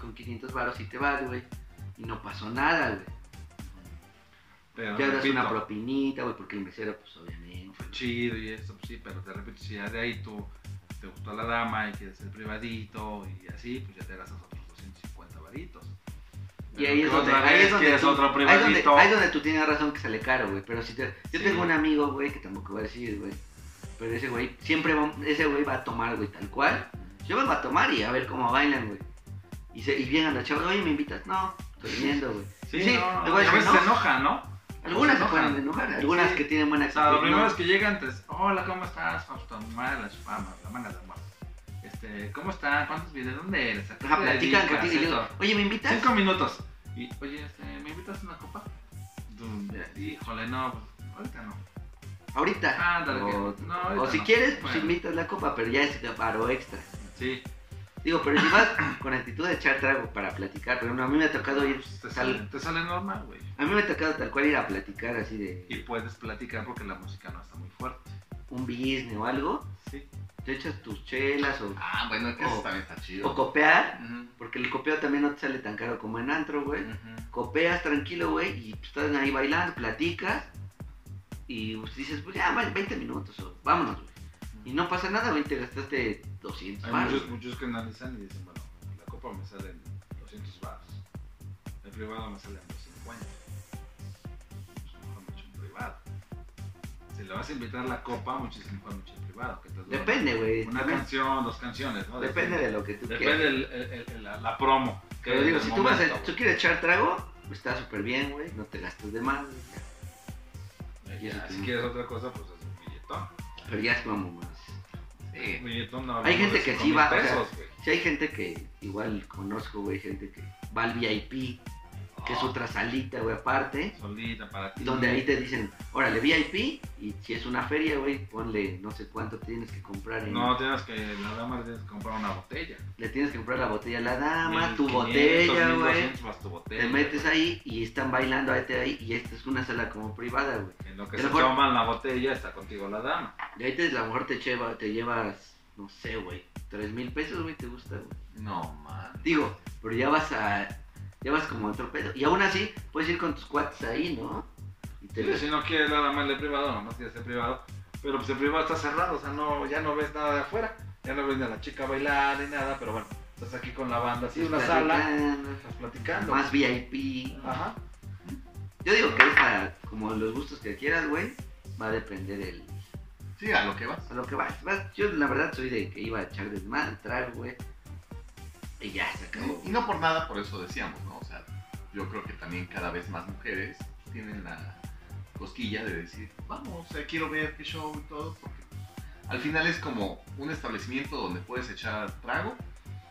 Speaker 3: con 500 varos y te vas, güey. Y no pasó nada, güey.
Speaker 2: Pero
Speaker 3: Ya das
Speaker 2: repito,
Speaker 3: una propinita, güey, porque el mesero, pues obviamente.
Speaker 2: Fue chido y eso, pues sí, pero te repito, si ya de ahí tú te gustó la dama y quieres el privadito y así, pues ya te gastas otros 250 varitos.
Speaker 3: Y
Speaker 2: Pero
Speaker 3: ahí es
Speaker 2: que
Speaker 3: donde,
Speaker 2: otra
Speaker 3: ahí
Speaker 2: vez
Speaker 3: es donde
Speaker 2: quieres
Speaker 3: tú-
Speaker 2: otro
Speaker 3: ahí es donde-
Speaker 2: privadito.
Speaker 3: ahí es donde tú tienes razón que sale caro, güey. Pero si te, yo
Speaker 2: Sí.
Speaker 3: tengo un amigo, güey, que tampoco va a decir, güey. Pero ese güey, siempre va, ese güey va a tomar, güey, tal cual. Yo me voy a tomar y a ver cómo bailan, güey. Y, se, y llegan las chavas, oye, ¿me invitas? No, estoy viendo, güey.
Speaker 2: Sí,
Speaker 3: Sí,
Speaker 2: no,
Speaker 3: luego
Speaker 2: a
Speaker 3: dicen,
Speaker 2: veces
Speaker 3: no.
Speaker 2: se enoja, ¿no?
Speaker 3: Algunas
Speaker 2: Se
Speaker 3: se
Speaker 2: enojan.
Speaker 3: pueden enojar, algunas
Speaker 2: Sí.
Speaker 3: que tienen buena
Speaker 2: O sea, lo
Speaker 3: actitud,
Speaker 2: primero
Speaker 3: ¿no?
Speaker 2: es que llegan, te dicen, hola, ¿cómo estás? Fausto, madre, la chupama, la manga de amor. Este, ¿cómo están? ¿Cuántos videos? ¿Dónde eres? ¿A qué
Speaker 3: Ajá,
Speaker 2: te
Speaker 3: platican
Speaker 2: dedicas?
Speaker 3: contigo y yo,
Speaker 2: Esto.
Speaker 3: oye, ¿me invitas?
Speaker 2: Cinco minutos. Y, oye, este, ¿me invitas a una copa? Tú, mira, Híjole, no, pues, ahorita no.
Speaker 3: Ahorita.
Speaker 2: Ándale, que-
Speaker 3: o,
Speaker 2: Ah, no, ahorita
Speaker 3: o si
Speaker 2: no.
Speaker 3: quieres, pues
Speaker 2: Bueno,
Speaker 3: invitas la copa, pero ya es paro extra.
Speaker 2: Sí,
Speaker 3: Digo, pero si vas con actitud de echar trago para platicar, pero no, a mí me ha tocado ir
Speaker 2: pues, te
Speaker 3: tal-
Speaker 2: sale, te sale normal, güey.
Speaker 3: A mí me ha tocado tal cual ir a platicar así de
Speaker 2: Y puedes platicar porque la música no está muy fuerte.
Speaker 3: un business o algo,
Speaker 2: Sí.
Speaker 3: te echas tus chelas o,
Speaker 1: Ah, bueno, es que eso
Speaker 3: O-
Speaker 1: también está chido.
Speaker 3: o copear,
Speaker 1: Ujú,
Speaker 3: porque el copeo también no te sale tan caro como en antro, güey.
Speaker 1: ujú.
Speaker 3: copeas tranquilo, güey, y pues, estás ahí bailando, platicas, y pues, dices, pues ya, vale, 20 minutos, o vámonos, güey. Y no pasa nada, güey, te gastaste 200
Speaker 2: Hay
Speaker 3: baros.
Speaker 2: muchos,
Speaker 3: güey.
Speaker 2: muchos que analizan y dicen, bueno, la copa me sale en 200 baros, el privado me sale en 250. Pues mejor me echo un privado. Si le vas a invitar la copa, muchísimo mejor me echo el privado. Que te dura
Speaker 3: Depende, güey.
Speaker 2: Una
Speaker 3: también
Speaker 2: canción, dos canciones, ¿no?
Speaker 3: Depende de lo que tú
Speaker 2: Depende
Speaker 3: quieras.
Speaker 2: el, el- el- la, la promo. que
Speaker 3: Pero
Speaker 2: hay
Speaker 3: digo,
Speaker 2: en
Speaker 3: si
Speaker 2: el
Speaker 3: tú, vas a-
Speaker 2: momento,
Speaker 3: tú quieres echar trago, pues está súper bien, güey, no te gastas de más, güey, ya.
Speaker 2: güey.
Speaker 3: quieres-
Speaker 2: Ya, si quieres otra cosa, pues es un billetón.
Speaker 3: Pero ya es como más.
Speaker 1: Sí.
Speaker 2: Un billetón no
Speaker 3: Hay
Speaker 2: hablamos
Speaker 3: gente
Speaker 2: de
Speaker 3: que
Speaker 2: cinco
Speaker 3: sí
Speaker 2: mil
Speaker 3: va, o sea,
Speaker 2: pesos, güey.
Speaker 3: Si hay gente que igual conozco, güey, gente que va al VIP, que es
Speaker 2: Ah,
Speaker 3: otra salita, güey, aparte.
Speaker 2: Solita para ti.
Speaker 3: donde ahí te dicen, órale, VIP, y si es una feria, güey, ponle no sé cuánto tienes que comprar. en-
Speaker 2: No, tienes que, la dama le tienes que comprar una botella.
Speaker 3: Le tienes que comprar la botella a la dama,
Speaker 2: 1500,
Speaker 3: tu botella, güey.
Speaker 2: 1200 más tu botella.
Speaker 3: Te metes ahí y están bailando ahí, te- ahí, y esta es una sala como privada, güey.
Speaker 2: En lo que
Speaker 3: Te
Speaker 2: se
Speaker 3: lo juro.
Speaker 2: toman la botella está contigo la dama.
Speaker 3: Y ahí te, a lo mejor te, lleva, te llevas, no sé, güey, tres mil pesos, güey, te gusta, güey.
Speaker 1: No, man.
Speaker 3: Digo, pero ya vas a. Ya vas como a otro pedo. Y aún así, puedes ir con tus cuates ahí, ¿no? Y te
Speaker 2: Sí, si no quieres nada más de privado, nomás quieres ser privado. Pero pues el privado está cerrado, o sea, no, ya no ves nada de afuera. Ya no ves ni a la chica bailar ni nada, pero bueno, estás aquí con la banda, así en una sala, estás platicando.
Speaker 3: Más VIP.
Speaker 2: Ajá.
Speaker 3: Yo digo que es para como los gustos que quieras, güey. Va a depender el,
Speaker 1: Sí, a lo que vas.
Speaker 3: a lo que vas. vas- Yo la verdad soy de que iba a echar desmadre, traer, güey. Y ya se acabó.
Speaker 1: Y
Speaker 3: güey.
Speaker 1: no por nada, por eso decíamos, ¿no? O sea, yo creo que también cada vez más mujeres tienen la cosquilla de decir, vamos, o sea, quiero ver qué show y todo, porque al final es como un establecimiento donde puedes echar trago.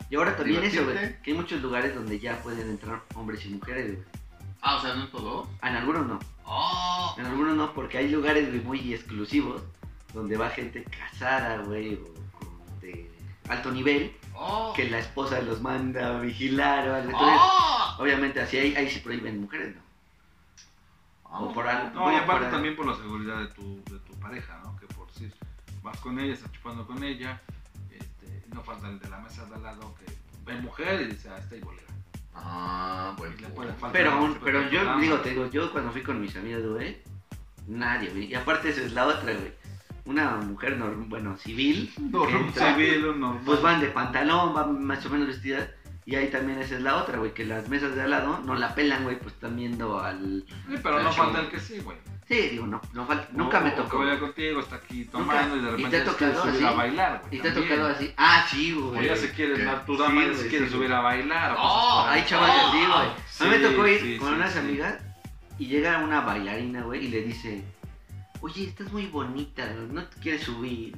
Speaker 3: Y ahora también eso, güey.
Speaker 1: Divertirte.
Speaker 3: Que hay muchos lugares donde ya pueden entrar hombres y mujeres, güey.
Speaker 1: Ah, o sea, no en todo.
Speaker 3: Ah, En algunos no.
Speaker 1: ¡Oh!
Speaker 3: En algunos no, porque hay lugares güey, muy exclusivos donde va gente casada, güey, o con- de alto nivel,
Speaker 1: ¡Oh!
Speaker 3: que la esposa los manda a vigilar o algo. Entonces,
Speaker 1: ¡Oh!
Speaker 3: obviamente así ahí, ahí se prohíben mujeres, ¿no?
Speaker 1: Vamos.
Speaker 3: por algo.
Speaker 2: No, y aparte
Speaker 3: para-
Speaker 2: también por la seguridad de tu, de tu pareja, ¿no? Que por si vas con ella, estás chupando con ella, este, no falta el de la mesa de al lado que ve mujer y dice, ah, está ahí bolera.
Speaker 1: Ah, bueno.
Speaker 2: Y le puede faltar
Speaker 3: Pero,
Speaker 2: el
Speaker 3: aún-
Speaker 2: respeto
Speaker 3: pero
Speaker 2: al
Speaker 3: yo
Speaker 2: programa.
Speaker 3: digo, te digo, yo cuando fui con mis amigos, güey, nadie, güey. Y aparte esa es la otra, güey. Una mujer, norm- bueno, civil,
Speaker 2: Un
Speaker 3: entra-
Speaker 2: civil, un normal.
Speaker 3: pues van de pantalón, van más o menos vestidas. Y ahí también esa es la otra, güey, que las mesas de al lado no la pelan, güey, pues están viendo al...
Speaker 2: Sí, pero no
Speaker 1: Cacho.
Speaker 2: falta el que sí, güey.
Speaker 3: Sí, digo, no, no falta, nunca
Speaker 2: O-
Speaker 3: me
Speaker 2: o
Speaker 3: tocó.
Speaker 2: Que vaya contigo, está aquí tomando
Speaker 3: Nunca.
Speaker 2: y de
Speaker 3: ¿Y
Speaker 2: repente
Speaker 3: te ha
Speaker 2: se quiere
Speaker 3: tocado
Speaker 2: subir a
Speaker 3: así?
Speaker 2: bailar, güey.
Speaker 3: ¿Y te ha
Speaker 2: también.
Speaker 3: tocado así? Ah, sí,
Speaker 2: O
Speaker 3: güey.
Speaker 2: ya se quiere
Speaker 1: ¿Qué?
Speaker 2: dar tu
Speaker 3: Sí,
Speaker 2: dama y
Speaker 3: güey,
Speaker 2: se quiere
Speaker 3: sí,
Speaker 2: subir a bailar.
Speaker 1: ¡Oh!
Speaker 2: pues,
Speaker 3: Hay chavas
Speaker 1: ¡Oh!
Speaker 3: así, güey.
Speaker 2: Sí,
Speaker 3: a mí me tocó ir
Speaker 2: sí,
Speaker 3: con
Speaker 2: sí,
Speaker 3: unas
Speaker 2: sí.
Speaker 3: amigas y llega una bailarina, güey, y le dice, oye, estás muy bonita, no te quieres subir.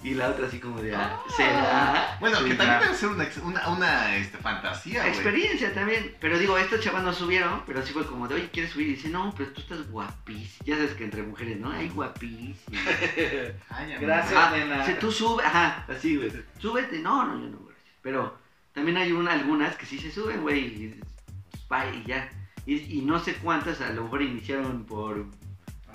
Speaker 3: Y la otra así como de, ah, será.
Speaker 1: Bueno,
Speaker 2: Sí,
Speaker 1: que
Speaker 2: ya.
Speaker 1: también debe ser una, ex- una, una, este, fantasía, güey.
Speaker 3: Experiencia también, pero digo, estas chavas no subieron, pero sí fue como de, oye, ¿quieres subir? Y dice, no, pero tú estás guapísima. Ya sabes que entre mujeres, ¿no? Ay, guapísima.
Speaker 1: Ay, amigo.
Speaker 2: Gracias,
Speaker 3: Ah,
Speaker 2: nena.
Speaker 3: Si tú subes, ajá, así, güey. Súbete, no, no, yo no, güey. Pero también hay una, algunas que sí se suben, güey, y, bye, y ya. Y, y no sé cuántas a lo mejor iniciaron por,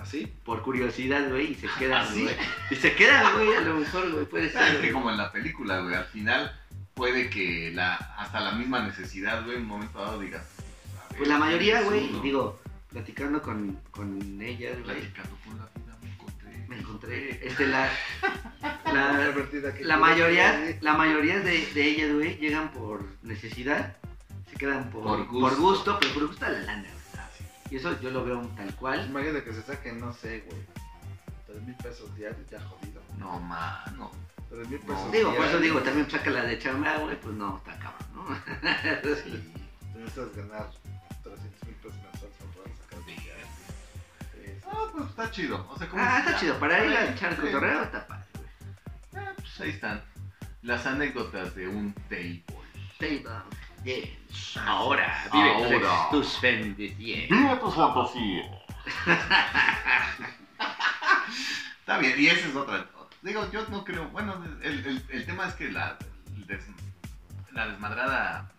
Speaker 2: ¿Así?
Speaker 3: por curiosidad, güey, y se quedan,
Speaker 1: ¿Ah, sí?
Speaker 3: güey. Y se quedan, güey, a lo mejor, güey, puede
Speaker 1: Es
Speaker 3: ser.
Speaker 1: que
Speaker 3: güey.
Speaker 1: como en la película, güey, al final puede que la, hasta la misma necesidad, güey, en un momento dado digas. a ver,
Speaker 3: Pues la mayoría,
Speaker 1: ¿qué
Speaker 3: güey,
Speaker 1: pasó, no?
Speaker 3: digo, platicando con, con ellas, güey,
Speaker 1: Platicando con la vida me encontré.
Speaker 3: me encontré, este, la, la,
Speaker 2: pervertida que
Speaker 3: La
Speaker 2: tú
Speaker 3: mayoría,
Speaker 2: eres.
Speaker 3: la mayoría de, de ellas, güey, llegan por necesidad, se quedan por,
Speaker 1: Por gusto.
Speaker 3: por gusto, pero por gusto a la lana, güey.
Speaker 1: Ah, sí.
Speaker 3: Y eso yo lo veo tal cual.
Speaker 2: Imagínate que se saquen, no sé, güey. 3 mil pesos diarios, ya jodido.
Speaker 1: No, mano.
Speaker 2: 3 mil
Speaker 1: No.
Speaker 2: pesos
Speaker 3: Digo, por eso
Speaker 2: diarios.
Speaker 3: digo, también saca la de chamba, güey, pues no, está cabrón, ¿no?
Speaker 1: Sí.
Speaker 2: Te necesitas ganar 300 mil pesos mensuales para poder sacar dinero. Es-
Speaker 1: Ah, pues está chido. O sea, como
Speaker 3: ah,
Speaker 1: dices,
Speaker 3: está
Speaker 1: ya,
Speaker 3: chido, para ir a
Speaker 1: sí,
Speaker 3: echar
Speaker 1: sí.
Speaker 3: cotorreo está padre, güey.
Speaker 1: Ah, pues ahí están. Las anécdotas de un table.
Speaker 3: Table dance. Ahora, vive
Speaker 1: Ahora.
Speaker 3: tus, tus bendiciones.
Speaker 4: Vive tus fantasías.
Speaker 1: Está bien, y esa es otra. Digo, yo no creo. Bueno, el, el- el tema es que la, el des- la desmadrada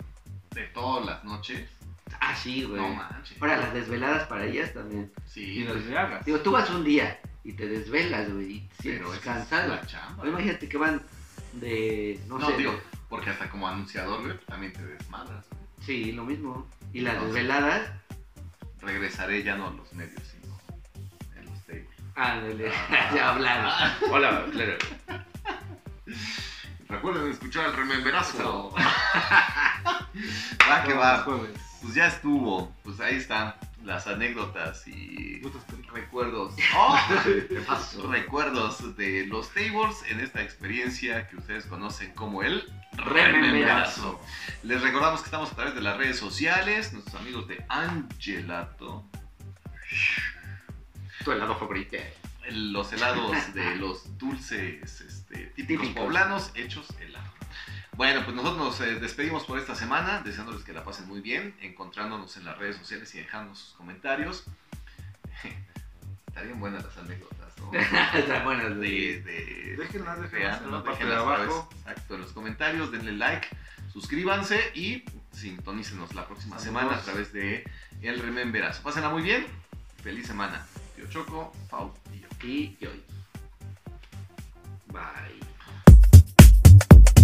Speaker 1: de todas las noches.
Speaker 3: Ah, sí, güey.
Speaker 1: No manches.
Speaker 3: Ahora, las desveladas para ellas también.
Speaker 1: Sí,
Speaker 2: Y las llagas.
Speaker 3: Digo, tú vas un día y te desvelas, güey, y te
Speaker 1: pero esa
Speaker 3: sientes pues, cansado.
Speaker 1: es la chamba.
Speaker 3: O imagínate que van de. No,
Speaker 1: No,
Speaker 3: sé.
Speaker 1: digo, porque hasta como anunciador, güey, pues, también te desmadras.
Speaker 3: Sí, lo mismo. Y las
Speaker 1: No sé.
Speaker 3: desveladas.
Speaker 1: Regresaré ya no a los medios, sino en los tables.
Speaker 3: Ándale, ya hablaron.
Speaker 4: ah,
Speaker 3: Hola, claro.
Speaker 1: Recuerden escuchar el rememberazo. va que ah, va.
Speaker 2: Jueves.
Speaker 1: Pues ya estuvo. Pues ahí están las anécdotas y
Speaker 2: Putas películas.
Speaker 1: recuerdos. Recuerdos de los tables en esta experiencia que ustedes conocen como el
Speaker 3: Rememberazo.
Speaker 1: Rememberazo. Les recordamos que estamos a través de las redes sociales, nuestros amigos de Angelato,
Speaker 3: Tu helado favorito.
Speaker 1: el- los helados de los dulces este, típicos
Speaker 3: Típicos.
Speaker 1: poblanos hechos helado. Bueno, pues nosotros nos eh, despedimos por esta semana, deseándoles que la pasen muy bien, encontrándonos en las redes sociales y dejándonos sus comentarios. Estarían buenas las anécdotas, ¿no?
Speaker 3: Están buenas,
Speaker 1: de,
Speaker 3: güey.
Speaker 1: de
Speaker 2: Déjenlas,
Speaker 1: de-
Speaker 2: déjenlas en la
Speaker 1: no,
Speaker 2: parte de
Speaker 1: déjenlas
Speaker 2: abajo.
Speaker 1: otra vez. Exacto, en los comentarios, denle like, suscríbanse y sintonícenos la próxima
Speaker 2: Saludos.
Speaker 1: semana a través de El Rememberazo. Pásenla muy bien, feliz semana. Tío Choco, Faust y yo.
Speaker 3: Y yo. Bye.